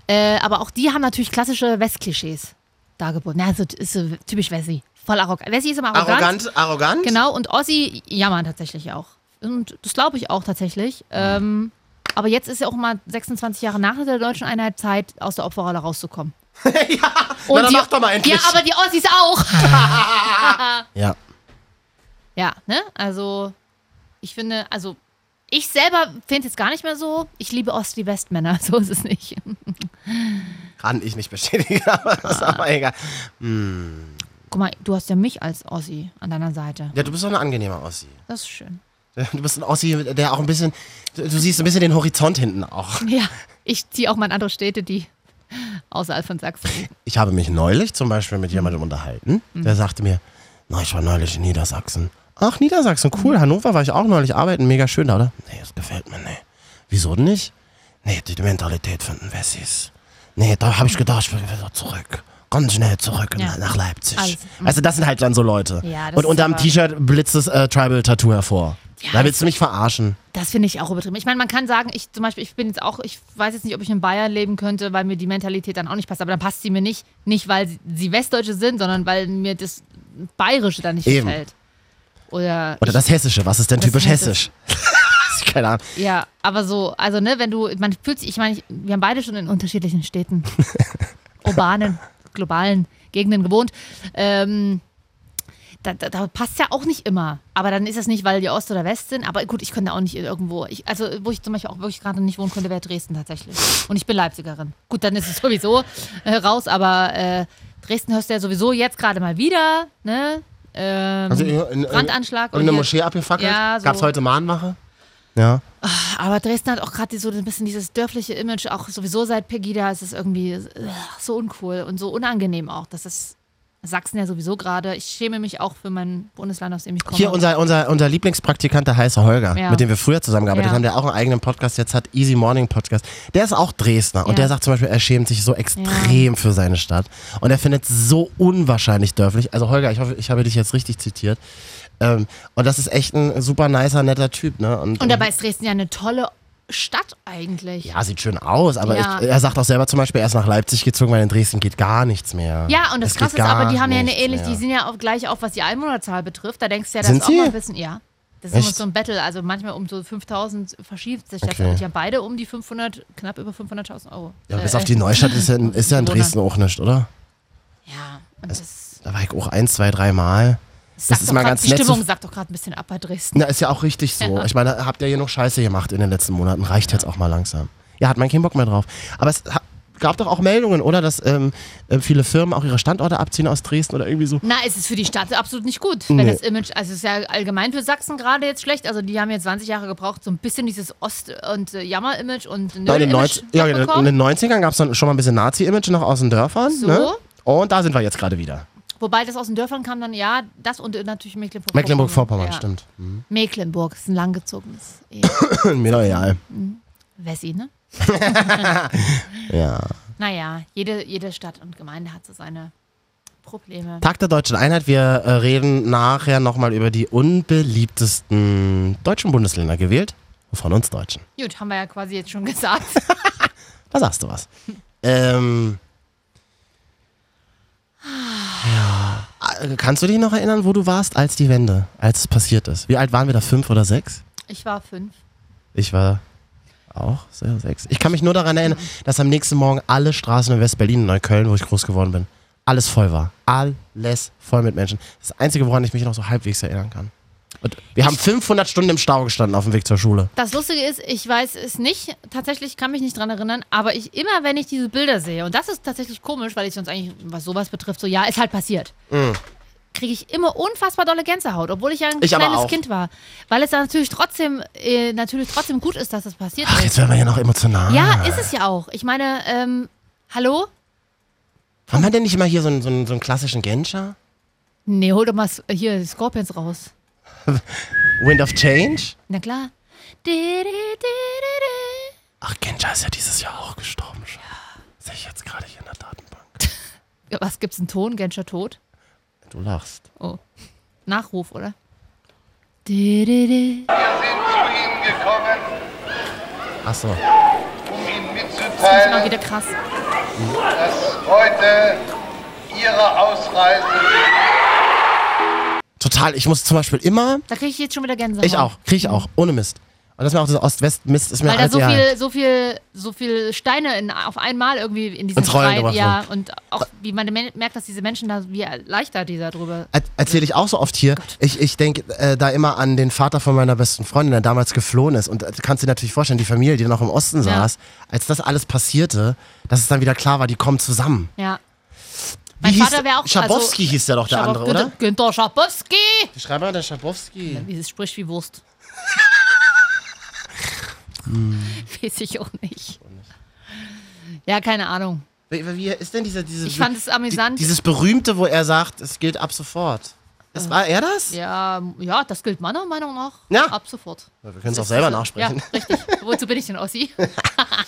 B: äh, aber auch die haben natürlich klassische Westklischees dargeboten. Na, so, ist so typisch Wessi. Voll arrogant. Wessi ist immer arrogant.
A: arrogant.
B: Genau, und Ossi jammern tatsächlich auch. Und das glaube ich auch tatsächlich. Ähm, aber jetzt ist ja auch mal 26 Jahre nach der deutschen Einheit Zeit, aus der Opferrolle rauszukommen.
A: Na, dann
B: die-
A: mach doch mal endlich.
B: Ja, aber die Ossis auch.
A: Ja.
B: ja, ne? Also, ich finde, also, ich selber finde es gar nicht mehr so. Ich liebe Ost wie Westmänner, so ist es nicht.
A: Kann ich nicht bestätigen, aber das ist
B: Ah.
A: aber egal.
B: Guck mal, du hast ja mich als Ossi an deiner Seite.
A: Ja, du bist doch eine angenehme Ossi.
B: Das ist schön.
A: Du bist ein Ossi, der auch ein bisschen, du du siehst ein bisschen den Horizont hinten auch.
B: Ja, ich ziehe auch mal in andere Städte, die außerhalb von Sachsen. liegen.
A: Ich habe mich neulich zum Beispiel
B: Mhm.
A: mit jemandem unterhalten, der sagte mir, na, ich war neulich in Niedersachsen. Ach, Niedersachsen,
B: Mhm.
A: cool. Hannover war ich auch neulich arbeiten, mega schön da, oder? Nee, das gefällt mir nicht. Wieso denn nicht? Nee, die Mentalität finden Wessis. Nee, da habe ich gedacht, ich will wieder zurück. Ganz schnell zurück
B: Ja.
A: nach- nach Leipzig.
B: Alles.
A: Also das sind halt dann so Leute.
B: Ja, das
A: Und
B: ist
A: unterm
B: aber-
A: T-Shirt blitzt das äh, Tribal-Tattoo hervor.
B: Ja,
A: da willst du mich verarschen.
B: Das finde ich auch übertrieben. Ich meine, man kann sagen, ich zum Beispiel, ich bin jetzt auch, ich weiß jetzt nicht, ob ich in Bayern leben könnte, weil mir die Mentalität dann auch nicht passt. Aber dann passt sie mir nicht, nicht weil sie- sie Westdeutsche sind, sondern weil mir das Bayerische dann nicht
A: Eben.
B: gefällt. Oder,
A: Oder das Hessische, was ist denn
B: Das
A: typisch
B: Hessisch.
A: hessisch? Keine Ahnung.
B: ich, ja, aber so, also ne, wenn du, man fühlt sich, ich meine, ich- wir haben beide schon in unterschiedlichen Städten, urbanen, globalen Gegenden gewohnt. Ähm, da, da, da passt ja auch nicht immer. Aber dann ist es nicht, weil die Ost oder West sind. Aber gut, ich könnte auch nicht irgendwo. Ich, also, wo ich zum Beispiel auch wirklich gerade nicht wohnen könnte, wäre Dresden tatsächlich. Und ich bin Leipzigerin. Gut, dann ist es sowieso äh, raus. Aber äh, Dresden hörst du ja sowieso jetzt gerade mal wieder. Ne? Ähm,
A: Also in- in-
B: Brandanschlag. und
A: Irgendeine
B: hier-
A: Moschee abgefackelt?
B: Ja, so.
A: Gab's heute Mahnwache? Ja.
B: Aber Dresden hat auch gerade so ein bisschen dieses dörfliche Image. Auch sowieso seit Pegida ist es irgendwie äh, so uncool und so unangenehm auch. Das ist Sachsen ja sowieso gerade. Ich schäme mich auch für mein Bundesland, aus dem ich komme.
A: Hier unser, unser, unser Lieblingspraktikant, der heiße Holger,
B: Ja.
A: mit dem wir früher zusammengearbeitet
B: Ja.
A: haben, der auch einen eigenen Podcast jetzt hat, Easy Morning Podcast. Der ist auch Dresdner
B: Ja.
A: und der sagt zum Beispiel, er schämt sich so extrem für seine Stadt. Und er findet es so unwahrscheinlich dörflich. Also Holger, ich hoffe, ich habe dich jetzt richtig zitiert. Ähm, und das ist echt ein super nicer, netter Typ. Ne?
B: Und dabei ist Dresden ja eine tolle Stadt eigentlich.
A: ja, sieht schön aus, aber
B: Ja.
A: ich, er sagt auch selber zum Beispiel, er ist nach Leipzig gezogen, weil in Dresden geht gar nichts mehr.
B: Ja, und das
A: Es geht
B: Krasse ist aber,
A: gar
B: die haben ja eine
A: nichts
B: ähnlich,
A: mehr.
B: die sind ja auch gleich auf, was die Einwohnerzahl betrifft. Da denkst du ja, das
A: Sind
B: ist auch mal
A: sie?
B: ein bisschen, ja. Das ist immer
A: Echt?
B: so ein Battle, also manchmal um so 5000 verschiebt sich das.
A: Okay.
B: Und die haben beide um die 500, knapp über 500.000 Euro.
A: Ja,
B: Äh,
A: bis auf die Neustadt ist ja, in- ist ja in
B: Corona.
A: Dresden auch nicht, oder?
B: Ja, und das,
A: Da war ich auch ein, zwei, drei Mal.
B: sagt
A: ist
B: doch
A: mal
B: grad-
A: ganz
B: die
A: nett zu-
B: Stimmung sagt doch gerade ein bisschen ab bei Dresden.
A: Na, ist ja auch richtig so. Ich meine, habt ihr hier noch Scheiße gemacht in den letzten Monaten? Reicht jetzt auch mal langsam. Ja, hat man keinen Bock mehr drauf. Aber es ha- gab doch auch Meldungen, oder? Dass ähm, äh, viele Firmen auch ihre Standorte abziehen aus Dresden oder irgendwie so.
B: Na, es ist für die Stadt absolut nicht gut, wenn
A: Nee.
B: das Image, also es ist ja allgemein für Sachsen gerade jetzt schlecht. Also die haben jetzt 20 Jahre gebraucht, so ein bisschen dieses Ost- und äh, Jammer-Image und
A: Na, in, den
B: Nöd-Image
A: 90, ja, in den- in
B: abbekommen.
A: den 90ern gab es dann schon mal ein bisschen Nazi-Image noch aus den Dörfern.
B: So.
A: Ne? Und da sind wir jetzt gerade wieder.
B: Wobei das aus den Dörfern kam dann, ja, das und natürlich Mecklenburg-Vorpommern.
A: Mecklenburg-Vorpommern,
B: ja.
A: stimmt.
B: Mecklenburg ist ein langgezogenes E.
A: Mir doch egal.
B: Wessi, ne?
A: Ja.
B: Naja, jede, jede Stadt und Gemeinde hat so seine Probleme.
A: Tag der Deutschen Einheit. Wir äh, reden nachher nochmal über die unbeliebtesten deutschen Bundesländer gewählt. Von uns Deutschen.
B: Gut, haben wir ja quasi jetzt schon gesagt.
A: Da sagst du was. Ähm. Ja. Äh, Kannst du dich noch erinnern, wo du warst, als die Wende, als es passiert ist? Wie alt waren wir da? Fünf oder sechs?
B: Ich war fünf.
A: Ich war auch sehr sechs. Ich kann mich nur daran erinnern, dass am nächsten Morgen alle Straßen in West-Berlin und Neukölln, wo ich groß geworden bin, alles voll war. Alles voll mit Menschen. Das ist das Einzige, woran ich mich noch so halbwegs erinnern kann. Und wir haben 500 Stunden im Stau gestanden auf dem Weg zur Schule.
B: Das Lustige ist, ich weiß es nicht, tatsächlich kann mich nicht dran erinnern, aber ich immer, wenn ich diese Bilder sehe, und das ist tatsächlich komisch, weil ich sonst eigentlich, was sowas betrifft, so ja, ist halt passiert, kriege ich immer unfassbar dolle Gänsehaut, obwohl ich ja ein
A: Mhm. Ich aber
B: kleines
A: auch.
B: Kind war. Weil es dann natürlich trotzdem, äh, natürlich trotzdem gut ist, dass das passiert
A: Ach,
B: ist.
A: jetzt werden wir ja noch emotional.
B: Ja, ist es ja auch. Ich meine, ähm, hallo?
A: Haben wir denn nicht immer hier so einen, so einen, so einen klassischen Genscher?
B: Nee, hol doch mal S- äh, hier Scorpions raus.
A: Wind of Change?
B: Na klar. Di, di, di, di, di.
A: Ach, Genscher ist ja dieses Jahr auch gestorben. schon. Sehe ich jetzt gerade hier in der Datenbank.
B: Ja, Was gibt's einen Ton? Genscher tot?
A: Du lachst.
B: Oh. Nachruf, oder? Di, di, di.
A: Ach so.
E: um Ihnen
B: Das ist mal
E: mitzuteilen,
B: wieder krass.
E: dass heute Ihre Ausreise
A: Total. Ich muss zum Beispiel immer.
B: Da kriege ich jetzt schon wieder Gänsehaut.
A: Ich auch. Kriege ich auch. Ohne Mist. Und das ist mir auch das Ost-West-Mist ist mir
B: Weil da
A: alles
B: so
A: egal.
B: viel, so viel, so viel Steine in, auf einmal irgendwie in diesen
A: Ins Rollen
B: Streit,
A: gebracht
B: ja, und auch wie man men- merkt, dass diese Menschen da, wie leichter dieser drüber.
A: Er- Erzähle ich auch so oft
B: Oh
A: hier. Ich, ich denke äh, da immer an den Vater von meiner besten Freundin, der damals geflohen ist. Und äh, du kannst dir natürlich vorstellen, die Familie, die noch im Osten
B: Ja.
A: saß, als das alles passierte, dass es dann wieder klar war, die kommen zusammen.
B: Ja.
A: Wie
B: Mein
A: hieß-
B: Vater wäre auch also
A: Schabowski hieß ja doch der
B: Schabow-
A: andere, oder?
B: Günter- Günter Schabowski!
A: Die Schreiber der Schabowski.
B: Wie es spricht wie Wurst.
A: Hm.
B: Weiß ich auch nicht. Ja, keine Ahnung.
A: Wie, wie ist denn diese, diese
B: Ich fand es amüsant.
A: dieses berühmte, wo er sagt, es gilt ab sofort. Das war er das?
B: Ja, m- ja, das gilt meiner Meinung nach
A: Ja.
B: ab sofort.
A: Wir können es auch selber nachsprechen.
B: Ja, richtig. Wozu bin ich denn Ossi?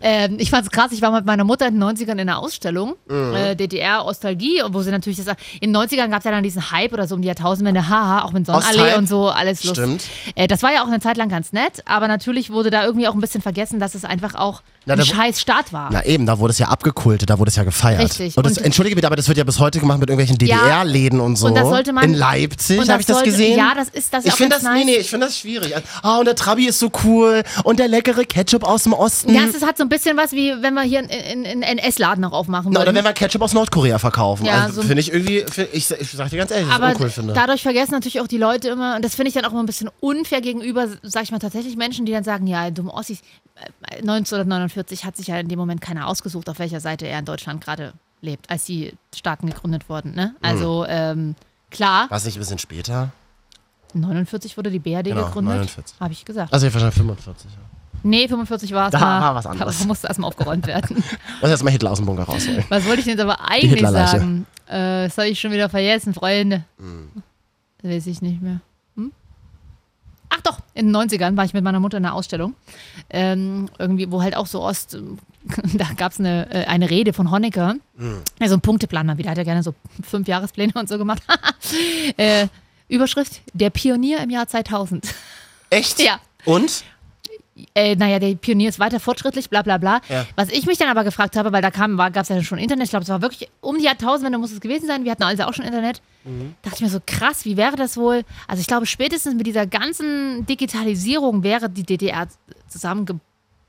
B: ähm, ich fand's krass, ich war mit meiner Mutter in den 90ern in einer Ausstellung,
A: Mhm.
B: äh, DDR-Ostalgie, wo sie natürlich das. In den 90ern gab es ja dann diesen Hype oder so um die Jahrtausendwende, haha, auch mit Sonnenallee
A: Osthype.
B: und so, alles lustig.
A: Stimmt.
B: Äh, das war ja auch eine Zeit lang ganz nett, aber natürlich wurde da irgendwie auch ein bisschen vergessen, dass es einfach auch
A: Na,
B: ein
A: da-
B: scheiß Staat war.
A: Na eben, da wurde es ja abgekultet, da wurde es ja gefeiert.
B: Richtig.
A: Und das,
B: Und-
A: entschuldige bitte, aber das wird ja bis heute gemacht mit irgendwelchen DDR-Läden und so.
B: Und das sollte man-
A: In Leipzig,
B: und
A: habe ich das
B: sollte-
A: gesehen?
B: Ja, das ist das ist
A: ich
B: auch
A: finde
B: ganz
A: das,
B: nice.
A: nee, nee, ich finde das schwierig. Ah, und der Trabi ist so cool und der leckere Ketchup aus dem Osten.
B: Ja, es hat so ein bisschen was wie, wenn wir hier einen einen NS-Laden noch aufmachen
A: Na,
B: würden.
A: oder wenn wir Ketchup aus Nordkorea verkaufen.
B: Ja,
A: also,
B: so-
A: finde ich irgendwie, find, ich, ich sag dir ganz ehrlich, dass ich
B: aber
A: das uncool finde.
B: dadurch vergessen natürlich auch die Leute immer, und das finde ich dann auch immer ein bisschen unfair gegenüber, sag ich mal, tatsächlich Menschen, die dann sagen, ja, dumme Ossis, äh, 1949 hat sich ja in dem Moment keiner ausgesucht, auf welcher Seite er in Deutschland gerade lebt, als die Staaten gegründet wurden. Ne?
A: Mhm.
B: Also ähm, klar,
A: War es nicht ein bisschen später?
B: 49 wurde die BRD
A: Genau,
B: gegründet,
A: 49.
B: habe ich gesagt.
A: Also, ich wahrscheinlich 45. ja.
B: Nee, 45 war es
A: Da
B: mal.
A: war was anderes.
B: Da musste erstmal aufgeräumt werden.
A: Lass jetzt mal Hitler aus dem Bunker rausholen.
B: Was wollte ich denn jetzt aber eigentlich
A: Hitlerleiche.
B: sagen? Äh, das habe ich schon wieder vergessen, Freunde. Das weiß ich nicht mehr. Hm? Ach doch, in den 90ern war ich mit meiner Mutter in einer Ausstellung. Ähm, irgendwie, wo halt auch so Ost. Da gab es eine, äh, eine Rede von Honecker. Also ein Punkteplan mal wieder. Hat er gerne so fünf Jahrespläne und so gemacht. äh, Überschrift: Der Pionier im Jahr 2000.
A: Echt?
B: Ja.
A: Und?
B: äh, naja, der Pionier ist weiter fortschrittlich, bla bla bla.
A: Ja.
B: Was ich mich dann aber gefragt habe, weil da kam, gab es ja schon Internet, ich glaube, es war wirklich um die Jahrtausendwende muss es gewesen sein, wir hatten also auch schon Internet.
A: Mhm.
B: Dachte ich mir so, krass, wie wäre das wohl? Also ich glaube, spätestens mit dieser ganzen Digitalisierung wäre die DDR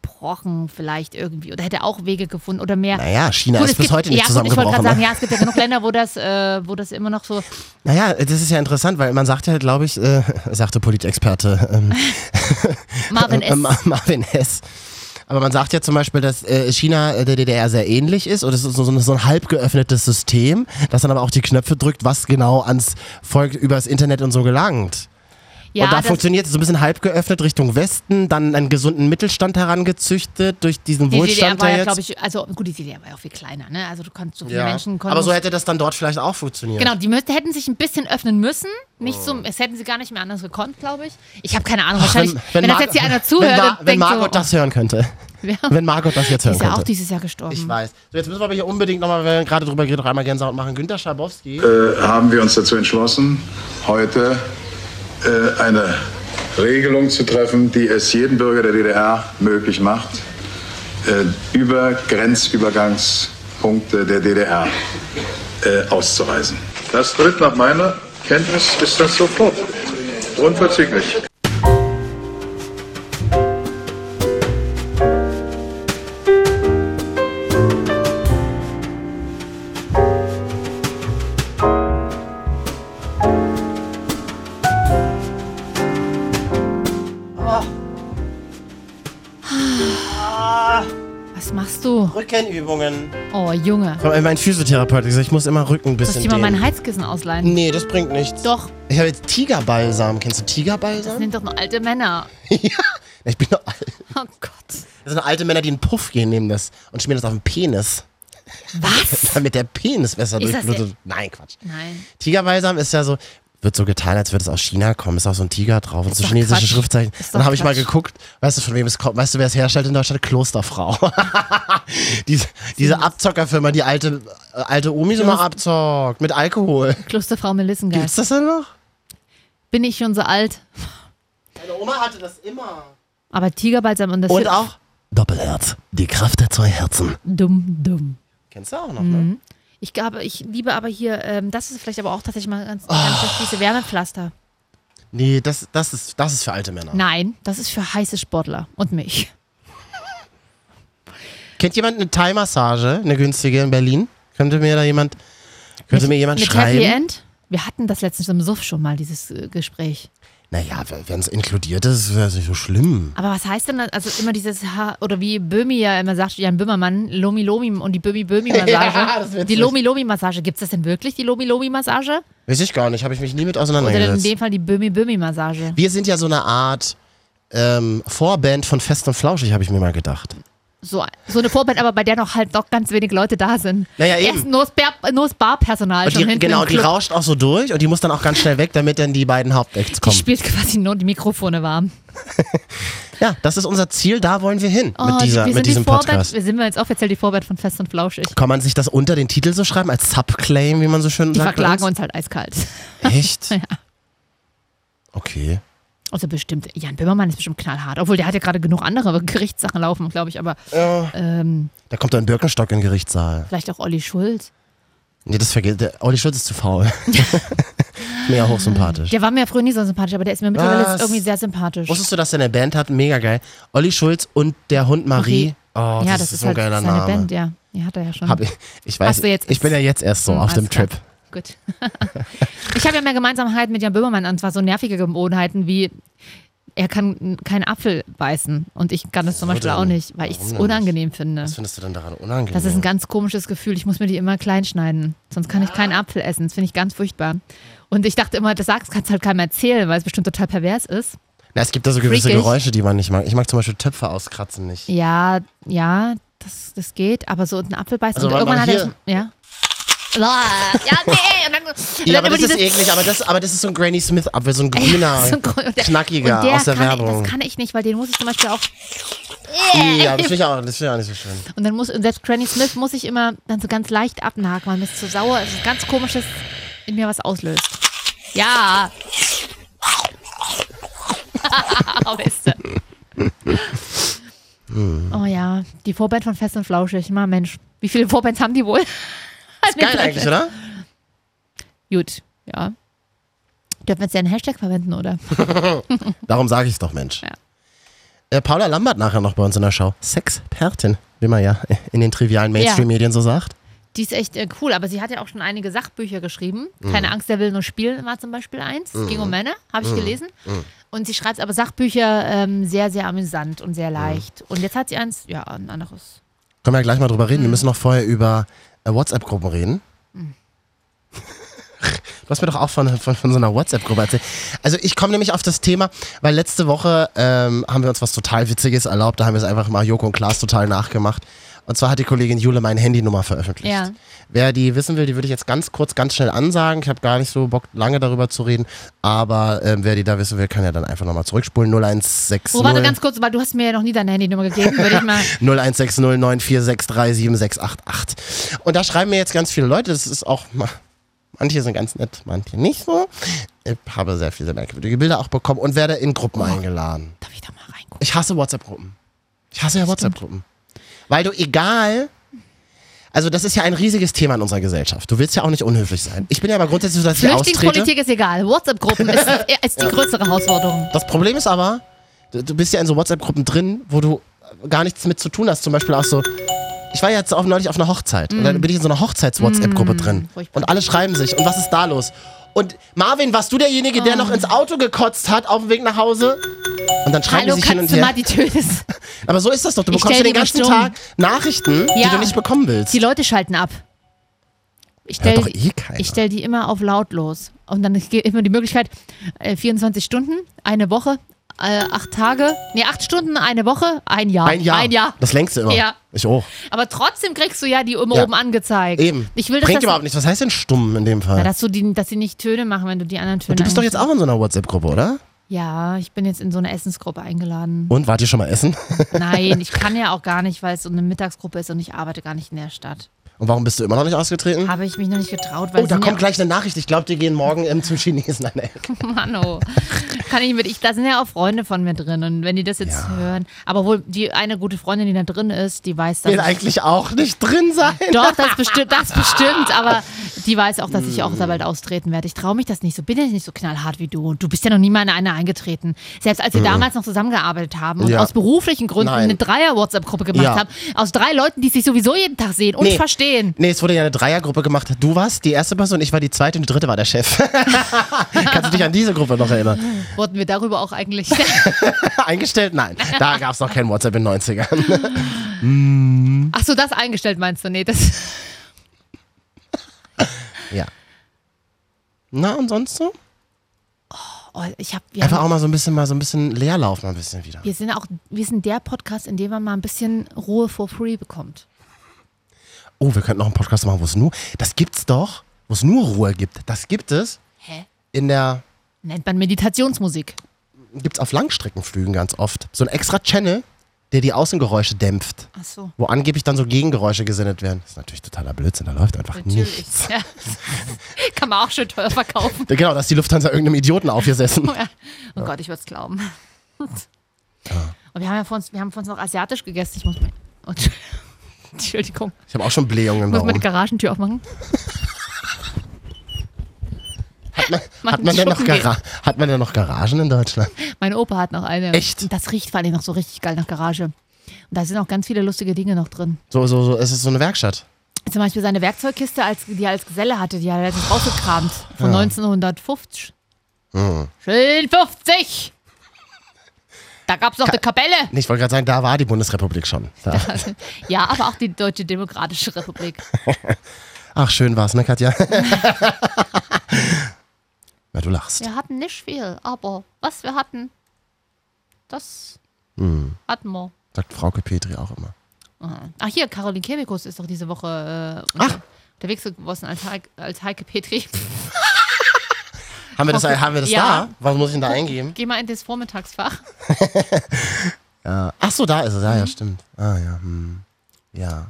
B: zusammengebrochen vielleicht irgendwie oder hätte auch Wege gefunden oder mehr.
A: Naja, China
B: Gut,
A: ist
B: es
A: bis
B: gibt-
A: heute nicht
B: ja, gut, ich wollte
A: zusammengebrochen.
B: gerade
A: ne?
B: sagen, ja, es gibt ja genug Länder, wo das, äh, wo das immer noch so.
A: Naja, das ist ja interessant, weil man sagt ja, glaube ich, äh, sagte Politexperte ähm,
B: Marvin
A: äh,
B: S.
A: Ma- Marvin Hess. Aber man sagt ja zum Beispiel, dass äh, China äh, der DDR sehr ähnlich ist und es ist so, so, so ein halb geöffnetes System, das dann aber auch die Knöpfe drückt, was genau ans Volk übers Internet und so gelangt.
B: Ja,
A: und da
B: das,
A: funktioniert es so ein bisschen halb geöffnet Richtung Westen, dann einen gesunden Mittelstand herangezüchtet durch diesen
B: die DDR
A: Wohlstand
B: war
A: der
B: ja,
A: jetzt.
B: glaube ich, also gut, die DDR war ja auch viel kleiner, ne? Also du konntest so viele
A: ja.
B: Menschen konnten
A: aber so hätte das dann dort vielleicht auch funktioniert.
B: Genau, die müssten, hätten sich ein bisschen öffnen müssen. Nicht so, es hätten sie gar nicht mehr anders gekonnt, glaube ich. Ich habe keine Ahnung.
A: Oh. Ach,
B: Wahrscheinlich, wenn, das
A: Mar-
B: jetzt hier einer
A: wenn,
B: zuhört,
A: Mar-
B: und
A: wenn
B: denkt
A: Margot
B: so,
A: das hören könnte.
B: ja,
A: Wenn Margot das jetzt
B: die
A: hören
B: ist ja auch
A: könnte.
B: dieses Jahr gestorben.
A: Ich weiß. So, jetzt müssen wir aber hier unbedingt nochmal, weil wir gerade drüber geredet, noch einmal Gänsehaut machen. Günter Schabowski.
F: äh, haben wir uns dazu entschlossen, heute äh, eine Regelung zu treffen, die es jedem Bürger der DDR möglich macht, äh, über Grenzübergangspunkte der DDR äh, auszureisen. Das tritt nach meiner Kenntnis ist das sofort. Unverzüglich.
A: Rückenübungen.
B: Oh, Junge.
A: Mein Physiotherapeut hat gesagt, ich muss immer Rücken ein
B: Lass
A: bisschen
B: dir mal mein
A: dehnen.
B: Heizkissen ausleihen.
A: Nee, das bringt nichts.
B: Doch,
A: Ich habe jetzt Tigerbalsam. Kennst du
B: das
A: Tigerbalsam?
B: sind doch nur alte Männer.
A: ja. Ich bin doch alt.
B: Oh Gott.
A: Das sind alte Männer, die einen Puff gehen, nehmen das und schmieren das auf den Penis.
B: Was?
A: Damit der Penis besser
B: Ist das
A: durchblutet. Nein, Quatsch.
B: Nein.
A: Tigerbalsam ist ja so, wird so getan, als würde es aus China kommen. Ist auch so ein Tiger drauf und so
B: doch
A: chinesische
B: Quatsch.
A: Schriftzeichen.
B: Ist doch
A: Dann habe ich mal
B: Quatsch.
A: geguckt, weißt du, von wem es kommt? Weißt du, wer es herstellt in Deutschland? Klosterfrau. diese, diese Abzockerfirma, die alte, äh, alte Omis immer abzockt. Mit Alkohol.
B: Klosterfrau Melissengeist.
A: Gibt's das denn noch?
B: Bin ich schon so alt?
A: Meine Oma hatte das immer.
B: Aber Tigerbalsam und das
A: Und
B: Schiff-
A: auch Doppelherz. Die Kraft der zwei Herzen.
B: Dumm, dumm.
A: Kennst du auch noch, ne?
B: Mhm. Ich, glaube, ich liebe aber hier, ähm, das ist vielleicht aber auch tatsächlich mal ganz, ganz
A: Oh.
B: schlecht, diese Wärmepflaster.
A: Nee, das, das, ist, das ist für alte Männer.
B: Nein, das ist für heiße Sportler und mich.
A: Kennt jemand eine Thai-Massage, eine günstige in Berlin? Könnte mir da jemand, könnte mir jemand
B: Mit
A: schreiben?
B: Happy End? Wir hatten das letztens im Suff schon mal, dieses äh, Gespräch.
A: Naja, wenn es inkludiert ist, wäre es nicht so schlimm.
B: Aber was heißt denn, das? also immer dieses Haar, oder wie Böhmi ja immer sagt, Jan Böhmermann, Lomi Lomi und die Böhmi Böhmi Massage.
A: Ja, das ist
B: die
A: witzig.
B: Lomi Lomi Massage, gibt es das denn wirklich, die Lomi Lomi Massage?
A: Weiß ich gar nicht, habe ich mich nie mit
B: Oder in
A: auseinandergesetzt.
B: dem Fall die Böhmi Böhmi Massage.
A: Wir sind ja so eine Art ähm, Vorband von Fest und Flauschig, habe ich mir mal gedacht.
B: So, so eine Vorband, aber bei der noch halt doch ganz wenig Leute da sind.
A: Naja, eben.
B: Erst nur das Bar- nur das Barpersonal
A: Und
B: schon
A: die,
B: hinten
A: genau,
B: Also im
A: die
B: Club.
A: rauscht auch so durch und die muss dann auch ganz schnell weg, damit dann die beiden Hauptacts
B: Die
A: kommen.
B: spielt quasi nur die Mikrofone warm.
A: Ja, das ist unser Ziel, da wollen wir hin mit, dieser,
B: Oh, wir
A: mit
B: sind
A: diesem
B: die Vorband,
A: Podcast.
B: wir sind jetzt offiziell die Vorband von Fest und Flauschig.
A: Kann man sich das unter den Titel so schreiben, als Subclaim, wie man so schön
B: Die
A: sagt? bei
B: verklagen uns halt eiskalt.
A: Echt?
B: Ja.
A: Okay.
B: Also bestimmt, Jan Böhmermann ist bestimmt knallhart. Obwohl, der hat ja gerade genug andere Gerichtssachen laufen, glaube ich. Aber ähm,
A: Da kommt dann Birkenstock in den Gerichtssaal.
B: vielleicht auch Olli Schulz.
A: Nee, das vergeht. der- Olli Schulz ist zu faul. Mega hochsympathisch.
B: Der war mir ja früher nie so sympathisch, aber der ist mir mittlerweile
A: Was?
B: irgendwie sehr sympathisch.
A: Wusstest du, dass er eine Band hat? Mega geil. Olli Schulz und der Hund Marie. Oh,
B: ja,
A: das, ist, so ein
B: halt
A: geiler
B: seine
A: Name.
B: Band, ja. Die hat er ja schon.
A: Hab ich, ich weiß,
B: Hast du jetzt-
A: ich bin ja jetzt erst so
B: Hm,
A: auf dem
B: alles klar.
A: Trip.
B: Gut. ich habe ja mehr Gemeinsamkeiten mit Jan Böhmermann und zwar so nervige Gewohnheiten wie er kann keinen Apfel beißen und ich kann das zum
A: Wieso
B: Beispiel
A: denn?
B: auch nicht, weil ich
A: Warum
B: es
A: denn
B: unangenehm finde.
A: Was findest du denn daran unangenehm?
B: Das ist ein ganz komisches Gefühl. Ich muss mir die immer klein schneiden. Sonst kann ich keinen Apfel essen. Das finde ich ganz furchtbar. Und ich dachte immer, das sagst, kannst halt keinem erzählen, weil es bestimmt total pervers ist.
A: Na, es gibt da so gewisse
B: freakig.
A: Geräusche, die man nicht mag. Ich mag zum Beispiel Töpfe auskratzen nicht.
B: Ja, ja, das, das geht. Aber so einen Apfel beißen.
A: Also
B: und
A: warte
B: irgendwann
A: mal,
B: hat er. Ja. Ja, nee. Und dann,
A: Ja,
B: und dann
A: aber
B: immer
A: das ist
B: dieses-
A: eklig, aber das, aber das ist so ein Granny Smith-Apfel, so ein grüner,
B: so ein Grün- und der-
A: knackiger
B: und der
A: aus der
B: kann,
A: Werbung.
B: Das kann ich nicht, weil den muss ich zum Beispiel auch.
A: ja, das finde ich, auch- das find ich auch nicht so schön.
B: Und dann muss, und selbst Granny Smith muss ich immer dann so ganz leicht abnagen, weil mir ist zu sauer. Es ist ein ganz komisches, in mir was auslöst. Ja. Weißt du. oh ja, die Vorband von Fest und Flauschig. Mal Mensch, wie viele Vorbands haben die wohl? Ist
A: Geil eigentlich, oder?
B: Gut, ja. Dürfen wir jetzt ja einen Hashtag verwenden, oder?
A: Darum sage ich es doch, Mensch.
B: Ja.
A: Äh, Paula Lambert nachher noch bei uns in der Show. Sexpertin, wie man ja in den trivialen Mainstream-Medien so sagt.
B: Die ist echt äh, cool, aber sie hat ja auch schon einige Sachbücher geschrieben.
A: Mhm.
B: Keine Angst, der will nur spielen war zum Beispiel eins. Es ging um Männer, habe ich gelesen.
A: Mhm.
B: Und sie schreibt aber Sachbücher ähm, sehr, sehr amüsant und
A: Mhm.
B: sehr leicht. Und jetzt hat sie eins, ja, ein anderes.
A: Können wir ja gleich mal drüber
B: Mhm.
A: reden. Wir müssen noch vorher über äh, WhatsApp-Gruppen reden. Du hast mir doch auch von, von, von so einer WhatsApp-Gruppe erzählt. Also ich komme nämlich auf das Thema, weil letzte Woche ähm, haben wir uns was total Witziges erlaubt. Da haben wir es einfach mal Joko und Klaas total nachgemacht. Und zwar hat die Kollegin Jule meine Handynummer veröffentlicht.
B: Ja.
A: Wer die wissen will, die würde ich jetzt ganz kurz, ganz schnell ansagen. Ich habe gar nicht so Bock, lange darüber zu reden. Aber ähm, wer die da wissen will, kann ja dann einfach nochmal zurückspulen. 0160.
B: Oh, warte ganz kurz, weil du hast mir ja noch nie deine Handynummer gegeben, würde ich mal.
A: 016094637688. Und da schreiben mir jetzt ganz viele Leute, das ist auch ma- manche sind ganz nett, manche nicht so. Ich habe sehr viele merkwürdige Bilder auch bekommen und werde in Gruppen eingeladen.
B: Darf ich da mal reingucken?
A: Oh. Ich hasse WhatsApp-Gruppen. Ich hasse ja WhatsApp-Gruppen. Weil du egal. Also, das ist ja ein riesiges Thema in unserer Gesellschaft. Du willst ja auch nicht unhöflich sein. Ich bin ja aber grundsätzlich so, dass ich austrete.
B: Flüchtlingspolitik ist egal. WhatsApp-Gruppen ist, ist die größere Herausforderung.
A: Das Problem ist aber, du, du bist ja in so WhatsApp-Gruppen drin, wo du gar nichts mit zu tun hast. Zum Beispiel auch so. Ich war jetzt auch neulich auf einer Hochzeit und dann bin ich in so einer Hochzeits-WhatsApp-Gruppe drin.
B: Mm. furchtbar.
A: Und alle schreiben sich. Und was ist
B: Oh.
A: da los? Und Marvin, warst du derjenige, der noch ins Auto gekotzt hat auf dem Weg nach Hause? Und dann schreiben
B: Hallo,
A: die sich hin und
B: kannst du mal
A: her.
B: die Tönes?
A: Aber so ist das doch. Du
B: Ich
A: bekommst ja den
B: stell die
A: ganzen
B: nicht um.
A: Tag Nachrichten, die
B: Ja.
A: du nicht bekommen willst.
B: Die Leute schalten ab. Ich
A: Hört
B: stelle
A: doch eh keiner.
B: ich stell die immer auf lautlos. Und dann ist ge- immer die Möglichkeit, äh, 24 Stunden, eine Woche, äh, acht Tage, nee, acht Stunden, eine Woche, ein Jahr.
A: ein Jahr.
B: Ein Jahr.
A: Das längste immer.
B: Ja.
A: Ich auch.
B: Aber trotzdem kriegst du ja die immer
A: Ja.
B: oben angezeigt.
A: Eben.
B: Ich will, dass,
A: Bringt
B: das,
A: überhaupt nichts. Was heißt denn stumm in dem Fall?
B: Na, dass, du die, dass sie nicht Töne machen, wenn du die anderen Töne
A: Und du bist doch jetzt auch in so einer WhatsApp-Gruppe, oder?
B: Ja, ich bin jetzt in so eine Essensgruppe eingeladen.
A: Und wart ihr schon mal essen?
B: Nein, ich kann ja auch gar nicht, weil es so eine Mittagsgruppe ist und ich arbeite gar nicht in der Stadt.
A: Und warum bist du immer noch nicht ausgetreten?
B: Habe ich mich noch nicht getraut, weil
A: Oh, da
B: sind
A: kommt
B: ja,
A: gleich eine Nachricht. Ich glaube, die gehen morgen ähm, zum Chinesen. Nein, ey.
B: Mann, oh. kann ich mit, ich, da sind ja auch Freunde von mir drin und wenn die das jetzt hören, aber wohl die eine gute Freundin, die da drin ist, die weiß das.
A: will eigentlich auch nicht drin sein.
B: Doch, das bestimmt, das bestimmt, aber die weiß auch, dass ich auch
A: Mhm.
B: sehr bald austreten werde. Ich traue mich das nicht so, bin ja nicht so knallhart wie du. Und du bist ja noch nie mal in eine eingetreten. Selbst als wir damals noch zusammengearbeitet haben und
A: Mhm. Ja.
B: aus beruflichen Gründen
A: Nein.
B: eine Dreier-WhatsApp-Gruppe gemacht
A: Ja.
B: haben, aus drei Leuten, die sich sowieso jeden Tag sehen und
A: Nee.
B: verstehen.
A: Nee, es wurde ja eine Dreiergruppe gemacht. Du warst die erste Person, ich war die zweite und die dritte war der Chef. Kannst du dich an diese Gruppe noch erinnern?
B: Wurden wir darüber auch eigentlich.
A: Eingestellt? Nein. Da gab es noch kein WhatsApp in den 90ern.
B: Ach so, das eingestellt meinst du? Nee, das.
A: ja. Na, und sonst so?
B: Oh, ich hab, wir,
A: Einfach
B: haben,
A: auch mal so ein bisschen, mal so ein bisschen Leerlauf mal ein bisschen wieder.
B: wir sind auch, wir sind der Podcast, in dem man mal ein bisschen Ruhe for free bekommt.
A: Oh, wir könnten noch einen Podcast machen, wo es nur. Das gibt's doch, wo es nur Ruhe gibt. Das gibt es
B: Hä?
A: in der.
B: Nennt man Meditationsmusik.
A: Gibt's auf Langstreckenflügen ganz oft. So ein extra Channel, der die Außengeräusche dämpft.
B: Ach so.
A: Wo angeblich dann so Gegengeräusche gesendet werden. Das ist natürlich totaler Blödsinn, da läuft einfach
B: Natürlich.
A: nichts.
B: Ja. Kann man auch schön teuer verkaufen.
A: Ja, Genau, da ist die Lufthansa irgendeinem Idioten aufgesessen.
B: Oh Gott, ich würde es glauben. Und wir haben ja vor uns, wir haben vor uns noch asiatisch gegessen. Ich muss mal. Oh, Entsch- Entschuldigung.
A: Ich habe auch schon Blähungen.
B: Ich muss mal die
A: Warum?
B: Garagentür aufmachen.
A: Hat man, denn noch
B: Schuppen geht.
A: Gara hat man denn noch Garagen in Deutschland?
B: Mein Opa hat noch eine.
A: Echt?
B: Und das riecht vor allem noch so richtig geil nach Garage. Und da sind auch ganz viele lustige Dinge noch drin.
A: So, so, so, es ist so eine Werkstatt.
B: Zum Beispiel seine Werkzeugkiste, als, die er als Geselle hatte, die hat er letztens rausgekramt. Von 1950. Schön 50! Da gab es noch eine Kapelle.
A: Nee, ich wollte gerade sagen, da war die Bundesrepublik schon. Da.
B: Ja, also. aber auch die Deutsche Demokratische Republik.
A: Ach, schön war's, ne, Katja? Na, du lachst.
B: Wir hatten nicht viel, aber was wir hatten, das hatten wir.
A: Sagt Frauke Petri auch immer.
B: Ach hier, Caroline Kebekus ist doch diese Woche äh,
A: Ach.
B: unter, unterwegs gewesen als, Heik, als Heike Petri.
A: Haben wir das,
B: Frauke-
A: haben wir das
B: Ja.
A: da? Was muss ich denn da eingeben?
B: Geh mal in das Vormittagsfach.
A: Ach so, da ist es.
B: Mhm.
A: Ja, ja, stimmt. Ah, ja. Hm. Ja.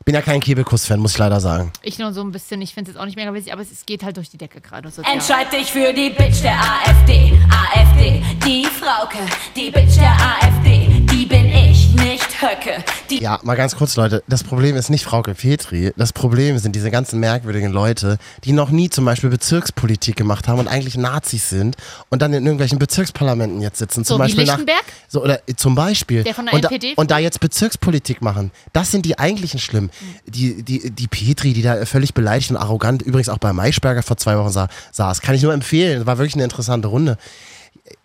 A: Ich bin ja kein Kebekus-Fan, muss ich leider sagen.
B: Ich nur so ein bisschen, ich finde es jetzt auch nicht mega witzig, aber es, es geht halt durch die Decke gerade. So
G: Entscheid dich für die Bitch der AfD, AfD, die Frauke, die Bitch der AfD, die bin ich, nicht Höcke, die
A: Ja, mal ganz kurz, Leute. Das Problem ist nicht Frauke Petri. Das Problem sind diese ganzen merkwürdigen Leute, die noch nie zum Beispiel Bezirkspolitik gemacht haben und eigentlich Nazis sind und dann in irgendwelchen Bezirksparlamenten jetzt sitzen. Zum
B: So wie
A: Beispiel
B: Lichtenberg?
A: Nach, so, oder äh, zum Beispiel.
B: Der von der
A: und, da-
B: NPD?
A: und da jetzt Bezirkspolitik machen. Das sind die eigentlichen Schlimmen.
B: Hm.
A: Die, die, die Petri, die da völlig beleidigt und arrogant übrigens auch bei Maischberger vor zwei Wochen sa saß. Kann ich nur empfehlen. War wirklich eine interessante Runde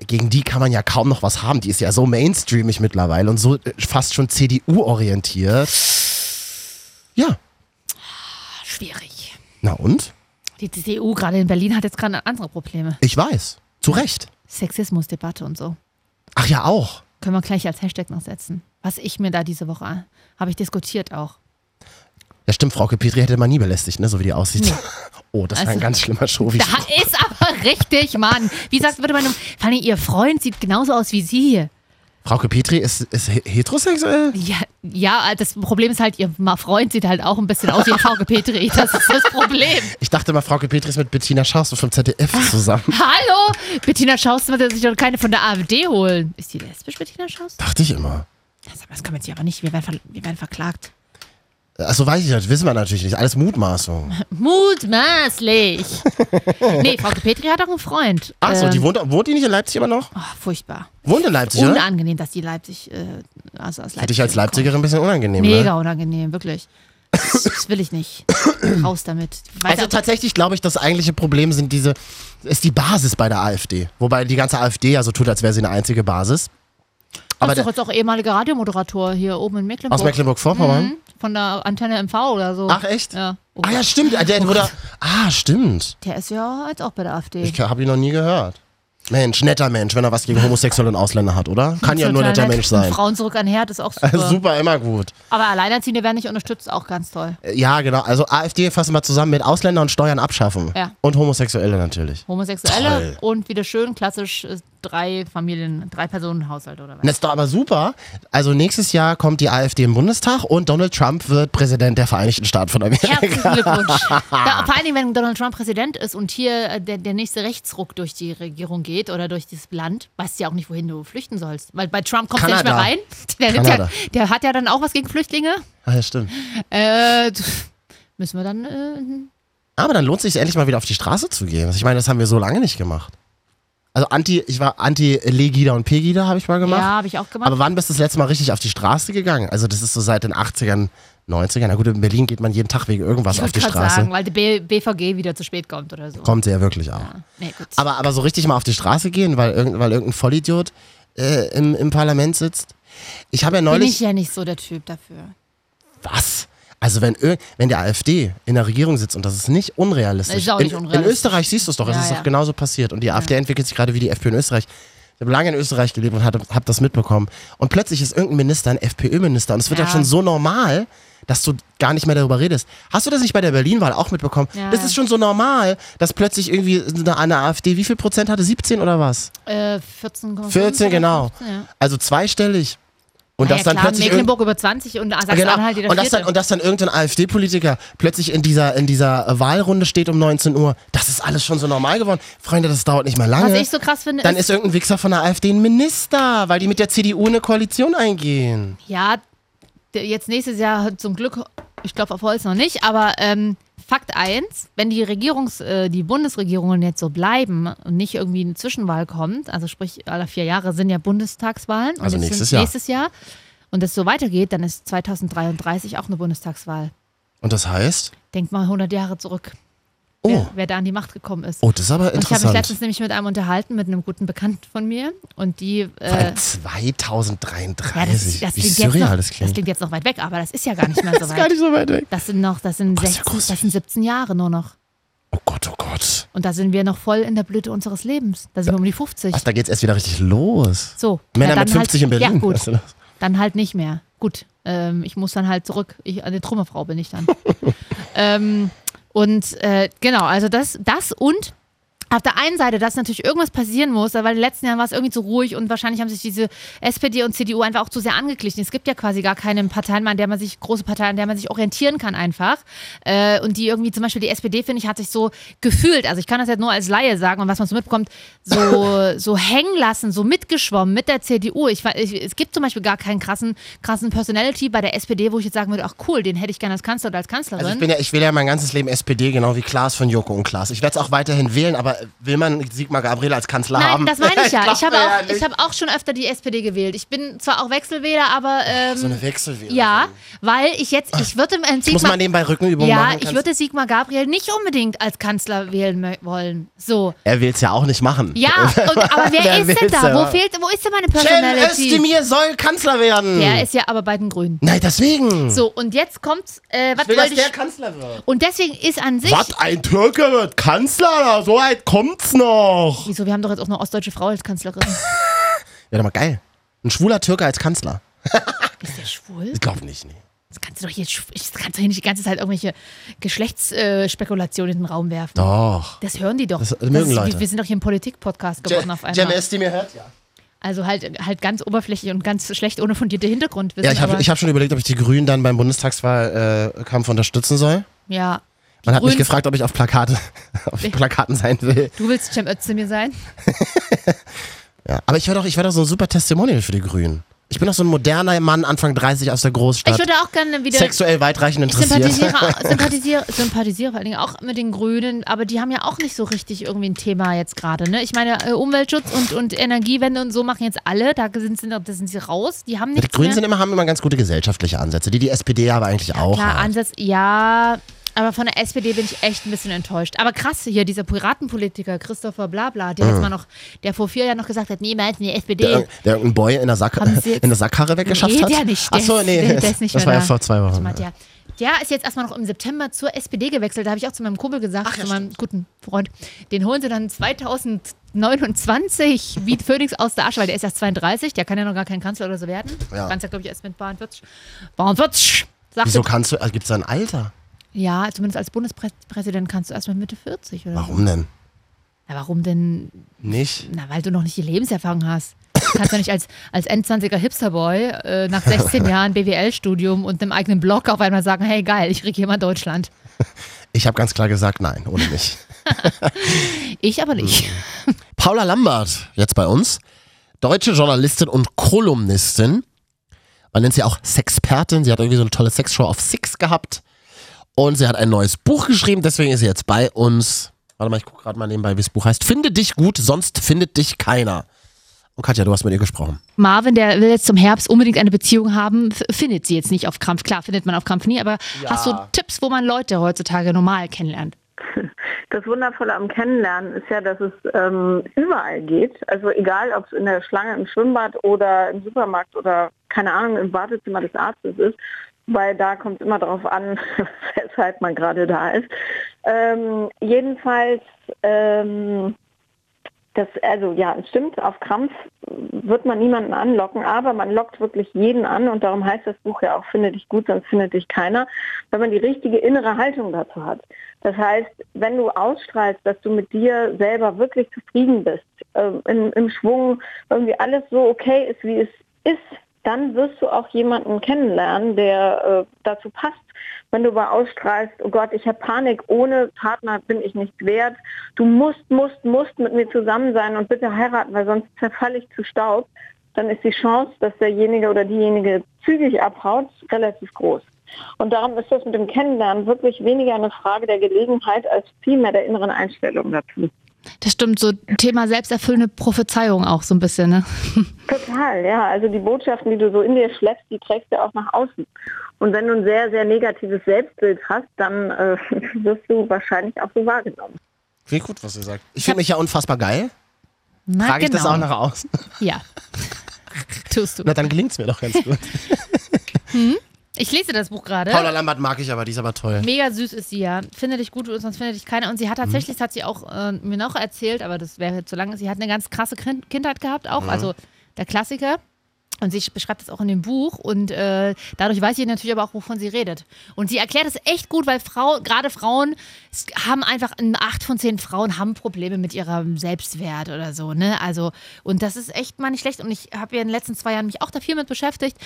A: gegen die kann man ja kaum noch was haben. Die ist ja so mainstreamig mittlerweile und so äh, fast schon CDU-orientiert. Ja.
B: Schwierig.
A: Na und?
B: Die CDU gerade in Berlin hat jetzt gerade andere Probleme.
A: Ich weiß. Zu Recht.
B: Sexismusdebatte und so.
A: Ach ja, auch.
B: Können wir gleich als Hashtag noch setzen. Was ich mir da diese Woche, habe ich diskutiert auch.
A: Ja, stimmt, Frauke Petri hätte man nie belästigt, ne? so wie die aussieht. Oh, das war ein
B: Also-
A: ganz schlimmer Show. Wie
B: Da ist aber richtig, Mann. Wie sagt würde man, vor allem ihr Freund sieht genauso aus wie sie.
A: Frauke Petri ist, ist he- heterosexuell?
B: Ja, ja, das Problem ist halt, ihr Ma- Freund sieht halt auch ein bisschen aus wie Frauke Petri. Das ist das Problem.
A: Ich dachte mal, Frauke Petri ist mit Bettina Schauste vom ZDF
B: Ah.
A: zusammen.
B: Hallo? Bettina Schaus wird sich doch keine von der AfD holen. Ist die lesbisch, Bettina Schaus?
A: dachte ich immer.
B: Das, das kann man sich aber nicht. Wir werden, ver wir werden verklagt.
A: Achso, Also weiß ich nicht, wissen wir natürlich nicht. Alles Mutmaßung.
B: Mutmaßlich. Nee, Frauke Petri hat auch einen Freund.
A: Achso,
B: Ähm,
A: die wohnt, wohnt die nicht in Leipzig immer noch?
B: oh, furchtbar.
A: Wohnt in Leipzig, oder?
B: Unangenehm, dass die Leipzig, äh, also aus Leipzig.
A: Für dich als
B: kommt.
A: Leipzigerin ein bisschen unangenehm, ne?
B: Mega unangenehm, wirklich. Das will ich nicht. Raus damit. Weiter-
A: Also tatsächlich glaube ich, das eigentliche Problem sind diese, ist die Basis bei der AfD. Wobei die ganze AfD ja so tut, als wäre sie eine einzige Basis.
B: Du
A: Aber
B: bist
A: der,
B: doch jetzt auch ehemaliger Radiomoderator hier oben in Mecklenburg.
A: aus Mecklenburg-Vorpommern?
B: Mhm. Von der Antenne MV oder so.
A: Ach echt?
B: Ja. Oh
A: Ah ja,
B: Gott.
A: stimmt. Der wurde, ah, stimmt.
B: Der ist ja jetzt auch bei der AfD.
A: Ich habe ihn noch nie gehört. Mensch, netter Mensch, wenn er was gegen Homosexuelle und Ausländer hat, oder? Kann ja nur
B: Total
A: netter
B: nett.
A: Mensch
B: Und
A: sein.
B: Frauen zurück an Herd ist auch super.
A: Super, immer gut.
B: Aber Alleinerziehende werden nicht unterstützt, auch ganz toll.
A: Ja, genau. Also AfD fassen wir zusammen mit Ausländer und Steuern abschaffen.
B: Ja.
A: Und Homosexuelle natürlich.
B: Homosexuelle und wieder schön klassisch äh, drei Familien, drei Personen Haushalt oder was.
A: Das ist doch aber super. Also nächstes Jahr kommt die AfD im Bundestag und Donald Trump wird Präsident der Vereinigten Staaten von Amerika.
B: Herzlichen Glückwunsch. Da, vor allen Dingen, wenn Donald Trump Präsident ist und hier äh, der, der nächste Rechtsruck durch die Regierung geht oder durch das Land, weißt du ja auch nicht, wohin du flüchten sollst. Weil bei Trump kommst du ja nicht mehr
A: Kanada.
B: rein. Der, nimmt ja,
A: Kanada.
B: der hat ja dann auch was gegen Flüchtlinge.
A: Ah, ja, stimmt.
B: Äh, pf, müssen wir dann. Äh,
A: Aber dann lohnt es sich endlich mal wieder auf die Straße zu gehen. Ich meine, das haben wir so lange nicht gemacht. Also Anti, ich war Anti-Legida und Pegida habe ich mal gemacht.
B: ja, habe ich auch gemacht.
A: Aber wann bist du das letzte Mal richtig auf die Straße gegangen? Also das ist so seit den 80ern, 90ern. Na gut, in Berlin geht man jeden Tag wegen irgendwas
B: ich
A: auf
B: wollte
A: die
B: gerade
A: Straße.
B: sagen, weil die B BVG wieder zu spät kommt oder so.
A: Kommt sie ja wirklich auch.
B: Nee, gut.
A: Aber, aber so richtig mal auf die Straße gehen, weil, irgend, weil irgendein Vollidiot äh, im, im Parlament sitzt. Ich habe ja
B: Bin
A: neulich...
B: ich ja nicht so der Typ dafür.
A: Was? Also wenn, ir- wenn der AfD in der Regierung sitzt und das ist nicht unrealistisch.
B: Ist auch nicht
A: in,
B: unrealistisch.
A: in Österreich siehst du es doch, es
B: Ja,
A: ist
B: ja.
A: doch genauso passiert. Und die AfD entwickelt sich gerade wie die FPÖ in Österreich. Ich habe lange in Österreich gelebt und hatte- habe das mitbekommen. Und plötzlich ist irgendein Minister ein FPÖ-Minister. Und es wird
B: Ja.
A: ja. schon so normal, dass du gar nicht mehr darüber redest. Hast du das nicht bei der Berlin-Wahl auch mitbekommen?
B: Ja.
A: Das ist schon so normal, dass plötzlich irgendwie eine, eine AfD, wie viel Prozent hatte? 17 oder was?
B: Äh, 14,5.
A: 14, genau.
B: 15, ja.
A: Also zweistellig. Und
B: Na
A: das
B: ja,
A: dann
B: klar,
A: plötzlich. irgend-
B: Mecklenburg über 20 und Sachsen-Anhalt
A: Genau.
B: halt jeder
A: Und, dass dann,
B: Vierte.
A: und dass dann irgendein AfD-Politiker plötzlich in dieser, in dieser äh, Wahlrunde steht um 19 Uhr. Das ist alles schon so normal geworden. Freunde, das dauert nicht mehr lange.
B: Was ich so krass finde,
A: dann
B: ist,
A: ist irgendein Wichser von der AfD ein Minister, weil die mit der CDU eine Koalition eingehen.
B: ja, der- jetzt nächstes Jahr zum Glück, ich glaube auf Holz noch nicht, aber ähm, Fakt eins, wenn die Regierungs, äh, die Bundesregierungen jetzt so bleiben und nicht irgendwie eine Zwischenwahl kommt, also sprich alle vier Jahre sind ja Bundestagswahlen. Und
A: Also
B: jetzt
A: nächstes
B: sind-
A: Jahr.
B: Nächstes Jahr. Und das so weitergeht, dann ist 2033 auch eine Bundestagswahl.
A: Und das heißt?
B: Denk mal 100 Jahre zurück,
A: Oh,
B: wer, wer da an die Macht gekommen ist.
A: oh das ist aber
B: Und ich habe mich
A: interessant.
B: letztens nämlich mit einem unterhalten, mit einem guten Bekannten von mir. Und die. Äh,
A: Weil 2033.
B: ja, das, das,
A: Wie
B: klingt jetzt noch,
A: surreal das
B: das,
A: klingt.
B: klingt jetzt noch weit weg, aber das ist ja gar nicht mehr so
A: Das ist gar
B: weit.
A: nicht so weit weg.
B: Das sind noch, das sind,
A: Boah, ist ja
B: 16, das
A: gruselig.
B: sind 17 Jahre nur noch.
A: Oh Gott, oh Gott.
B: Und da sind wir noch voll in der Blüte unseres Lebens. Da sind wir um die 50.
A: Ach, da geht's erst wieder richtig los.
B: So.
A: Männer
B: ja,
A: mit
B: dann
A: 50 in
B: halt,
A: Berlin.
B: Ja,
A: Weißt du
B: gut.
A: das?
B: Dann halt nicht mehr. Gut. Ähm, ich muss dann halt zurück. Ich, eine Trümmerfrau bin ich dann. ähm, und äh, genau, also das, das und auf der einen Seite, dass natürlich irgendwas passieren muss, weil in den letzten Jahren war es irgendwie zu ruhig und wahrscheinlich haben sich diese SPD und CDU einfach auch zu sehr angeglichen. Es gibt ja quasi gar keine Parteien, mehr, an der man sich, große Parteien, an der man sich orientieren kann einfach. Äh, und die irgendwie, zum Beispiel die SPD, finde ich, hat sich so gefühlt, also ich kann das jetzt nur als Laie sagen und was man so mitbekommt, so, so hängen lassen, so mitgeschwommen mit der CDU. Ich, weiß- ich, es gibt zum Beispiel gar keinen krassen, krassen Personality bei der SPD, wo ich jetzt sagen würde, ach cool, den hätte ich gerne als Kanzler oder als Kanzlerin.
A: Also ich, bin ja, ich wähle ja mein ganzes Leben SPD, genau wie Klaas von Joko und Klaas. Ich werde es auch weiterhin wählen, aber will man Sigmar Gabriel als Kanzler
B: Nein,
A: haben?
B: das meine ich ja. Ich,
A: glaub
B: habe
A: mir
B: auch,
A: nicht.
B: ich habe auch schon öfter die SPD gewählt. Ich bin zwar auch Wechselwähler, aber ähm,
A: so eine Wechselwählerin.
B: ja, weil ich jetzt, ich würde äh,
A: Muss
B: Sigmar,
A: man nebenbei Rückenübungen
B: ja,
A: machen?
B: ich
A: kannst-
B: würde Sigmar Gabriel nicht unbedingt als Kanzler wählen mö- wollen. So,
A: er will es ja auch nicht machen.
B: ja, und, aber wer,
A: Wer
B: ist denn
A: will's
B: da?
A: denn
B: Wo
A: machen?
B: fehlt, wo ist denn meine
A: Cem
B: Personality?
A: Özdemir soll Kanzler werden.
B: Der ist ja aber bei den Grünen.
A: Nein, deswegen.
B: So, und jetzt kommt's, äh,
A: Hm.
B: was
A: ich will, dass
B: wollte
A: der
B: ich,
A: Kanzler wird.
B: und deswegen ist an sich,
A: Was, ein Türke wird Kanzler? So weit kommt's noch.
B: wieso, wir haben doch jetzt auch eine ostdeutsche Frau als Kanzlerin.
A: Wäre doch mal geil. Ein schwuler Türke als Kanzler.
B: Ist der schwul?
A: Ich glaube nicht, nee.
B: Das kannst du doch hier, das kannst du hier nicht die ganze Zeit irgendwelche Geschlechtsspekulationen in den Raum werfen.
A: Doch.
B: Das hören die doch.
A: Das mögen
B: ist-
A: Leute.
B: Wir, wir sind doch hier im Politik-Podcast geworden auf
A: Cem
B: einmal.
A: Özdemir hört ja.
B: Also halt, halt ganz oberflächlich und ganz schlecht ohne fundierte Hintergrundwissen.
A: Ja, ich habe
B: aber-
A: ich hab schon überlegt, ob ich die Grünen dann beim Bundestagswahlkampf unterstützen soll.
B: ja.
A: Man hat mich
B: Grünen-
A: gefragt, ob ich auf, Plakate, auf Plakaten sein will.
B: Du willst Cem Özdemir sein?
A: Ja. Aber ich wäre doch, ich wär doch so ein super Testimonial für die Grünen. Ich bin doch so ein moderner Mann, Anfang 30 aus der Großstadt.
B: Ich würde auch gerne wieder.
A: sexuell weitreichend
B: Ich
A: interessiert.
B: sympathisiere, sympathisiere, sympathisiere vor allen Dingen auch mit den Grünen, aber die haben ja auch nicht so richtig irgendwie ein Thema jetzt gerade. Ne? Ich meine, äh, Umweltschutz und, und Energiewende und so machen jetzt alle, da sind sie, da sind sie raus. Die haben
A: Die
B: nichts
A: Grünen
B: mehr.
A: sind immer, haben immer ganz gute gesellschaftliche Ansätze, die die SPD aber eigentlich auch
B: Klar,
A: hat.
B: Ansatz, ja, aber von der SPD bin ich echt ein bisschen enttäuscht. Aber krass hier, dieser Piratenpolitiker Christopher Blabla, der jetzt mal noch, der vor vier Jahren noch gesagt hat, niemals in die SPD.
A: Mhm. Der, äh, irg- der irgendein Boy in der, Sack,
B: Haben Sie jetzt-
A: in der Sackkarre weggeschafft
B: Geht
A: hat.
B: ja nicht. Der
A: Achso,
B: ist-
A: nee,
B: der ist nicht
A: das war
B: mehr
A: ja
B: da.
A: vor zwei Wochen.
B: Matthias. Der ist jetzt erstmal noch im September zur SPD gewechselt. Da habe ich auch zu meinem Kumpel gesagt, zu meinem guten Freund, den holen sie dann 2029 wie Phoenix aus der Asche, weil der ist erst 32, der kann ja noch gar kein Kanzler oder so werden.
A: Ja.
B: Kanzler, glaube ich, erst mit 42. 42! Sagt
A: Wieso kannst du, also gibt es da ein Alter?
B: Ja, zumindest als Bundespräsident kannst du erst mit Mitte 40 oder so.
A: Warum denn?
B: Na, warum denn?
A: Nicht?
B: Na, weil du noch nicht die Lebenserfahrung hast. Du kannst ja nicht als, als endzwanziger Hipsterboy äh, nach 16 Jahren BWL-Studium und einem eigenen Blog auf einmal sagen, hey geil, ich regiere mal Deutschland.
A: Ich habe ganz klar gesagt, nein, ohne mich.
B: Ich aber nicht.
A: Mhm. Paula Lambert, jetzt bei uns. Deutsche Journalistin und Kolumnistin. Man nennt sie auch Sexpertin. Sie hat irgendwie so eine tolle Sexshow auf Six gehabt. Und sie hat ein neues Buch geschrieben, deswegen ist sie jetzt bei uns. Warte mal, ich gucke gerade mal nebenbei, wie das Buch heißt. Finde dich gut, sonst findet dich keiner. Und Katja, du hast mit ihr gesprochen.
B: Marvin, der will jetzt zum Herbst unbedingt eine Beziehung haben, f- findet sie jetzt nicht auf Krampf. Klar, findet man auf Krampf nie, aber hast du Tipps, wo man Leute heutzutage normal kennenlernt?
H: Das Wundervolle am Kennenlernen ist ja, dass es ähm, überall geht. Also egal, ob es in der Schlange im Schwimmbad oder im Supermarkt oder keine Ahnung, im Wartezimmer des Arztes ist, weil da kommt es immer darauf an, weshalb man gerade da ist. Ähm, jedenfalls, ähm, das, also ja, es stimmt, auf Krampf wird man niemanden anlocken, aber man lockt wirklich jeden an und darum heißt das Buch ja auch, finde dich gut, sonst findet dich keiner, wenn man die richtige innere Haltung dazu hat. Das heißt, wenn du ausstrahlst, dass du mit dir selber wirklich zufrieden bist, ähm, im, im Schwung irgendwie alles so okay ist, wie es ist, dann wirst du auch jemanden kennenlernen, der äh, dazu passt. Wenn du aber ausstrahlst, oh Gott, ich habe Panik, ohne Partner bin ich nichts wert, du musst, musst, musst mit mir zusammen sein und bitte heiraten, weil sonst zerfalle ich zu Staub, dann ist die Chance, dass derjenige oder diejenige zügig abhaut, relativ groß. Und darum ist das mit dem Kennenlernen wirklich weniger eine Frage der Gelegenheit als vielmehr der inneren Einstellung dazu.
B: Das stimmt, so Thema selbsterfüllende Prophezeiung auch so ein bisschen, ne?
H: Total, ja. Also die Botschaften, die du so in dir schleppst, die trägst du auch nach außen. Und wenn du ein sehr, sehr negatives Selbstbild hast, dann äh, wirst du wahrscheinlich auch so wahrgenommen.
A: Viel gut, was sie sagt. Ich fühle mich ja unfassbar geil.
B: Na,
A: Trage ich das auch nach außen?
B: Genau. Ja. Tust du.
A: Na, dann gelingt es mir doch ganz gut.
B: Ich lese das Buch
A: Paula
B: gerade.
A: Lambert mag ich aber, die ist aber toll.
B: Mega süß ist sie ja. Finde dich gut, sonst findet dich keiner. Und sie hat tatsächlich, das hat sie auch äh, mir noch erzählt, aber das wäre zu lang. Sie hat eine ganz krasse Kind- Kindheit gehabt, auch. Also der Klassiker. Und sie sch- beschreibt das auch in dem Buch und äh, dadurch weiß ich natürlich aber auch, wovon sie redet. Und sie erklärt es echt gut, weil Frau, gerade Frauen s- haben einfach, n- acht von zehn Frauen haben Probleme mit ihrem Selbstwert oder so, ne? Also, und das ist echt mal nicht schlecht. Und ich habe ja in den letzten zwei Jahren mich auch da viel mit beschäftigt.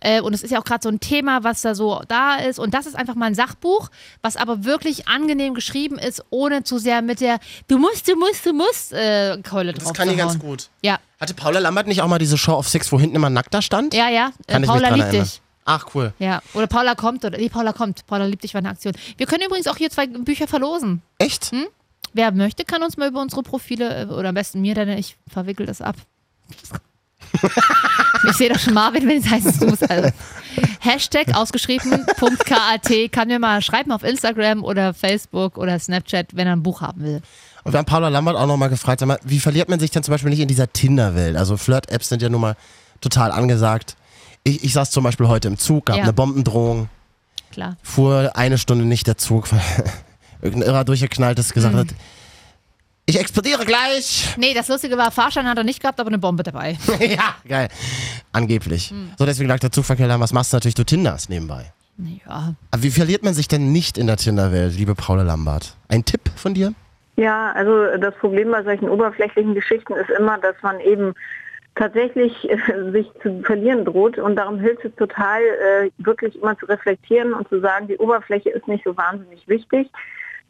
B: Äh, und es ist ja auch gerade so ein Thema, was da so da ist. Und das ist einfach mal ein Sachbuch, was aber wirklich angenehm geschrieben ist, ohne zu sehr mit der Du musst, du musst, du musst äh, Keule drauf
A: Das kann die
B: zu
A: ganz
B: hauen.
A: gut.
B: Ja,
A: Hatte Paula Lambert nicht auch mal diese Show auf Six, wo hinten immer nackt da stand?
B: ja, ja.
A: Kann
B: äh,
A: ich mich
B: Paula
A: dran
B: liebt
A: erinnern.
B: dich.
A: Ach, cool.
B: Ja, oder Paula kommt, oder nee, Paula kommt. Paula liebt dich war eine Aktion. Wir können übrigens auch hier zwei Bücher verlosen.
A: Echt?
B: Hm? Wer möchte, kann uns mal über unsere Profile, äh, oder am besten mir, denn ich verwickel das ab. ich sehe doch schon Marvin, wenn es heißt, du musst. Also. Hashtag ausgeschrieben, Punkt KAT, kann mir mal schreiben auf Instagram oder Facebook oder Snapchat, wenn er ein Buch haben will.
A: Und wir haben Paula Lambert auch nochmal gefragt, sag mal, wie verliert man sich denn zum Beispiel nicht in dieser Tinder-Welt? Also Flirt-Apps sind ja nun mal total angesagt. Ich, ich saß zum Beispiel heute im Zug, gab
B: Ja.
A: eine Bombendrohung,
B: Klar.
A: fuhr eine Stunde nicht der Zug, weil irgendein Irrer durchgeknallt ist,
B: Hm.
A: gesagt hat, ich explodiere gleich.
B: Nee, das Lustige war, Fahrschein hat er nicht gehabt, aber eine Bombe dabei.
A: ja, geil. Angeblich.
B: Hm.
A: So, deswegen lag der Zugverkehr da. Was machst du natürlich? Du Tinderst nebenbei.
B: Ja,
A: Aber wie verliert man sich denn nicht in der Tinder-Welt, liebe Paula Lambert? Ein Tipp von dir?
H: Ja, also das Problem bei solchen oberflächlichen Geschichten ist immer, dass man eben tatsächlich äh, sich zu verlieren droht und darum hilft es total, äh, wirklich immer zu reflektieren und zu sagen, die Oberfläche ist nicht so wahnsinnig wichtig.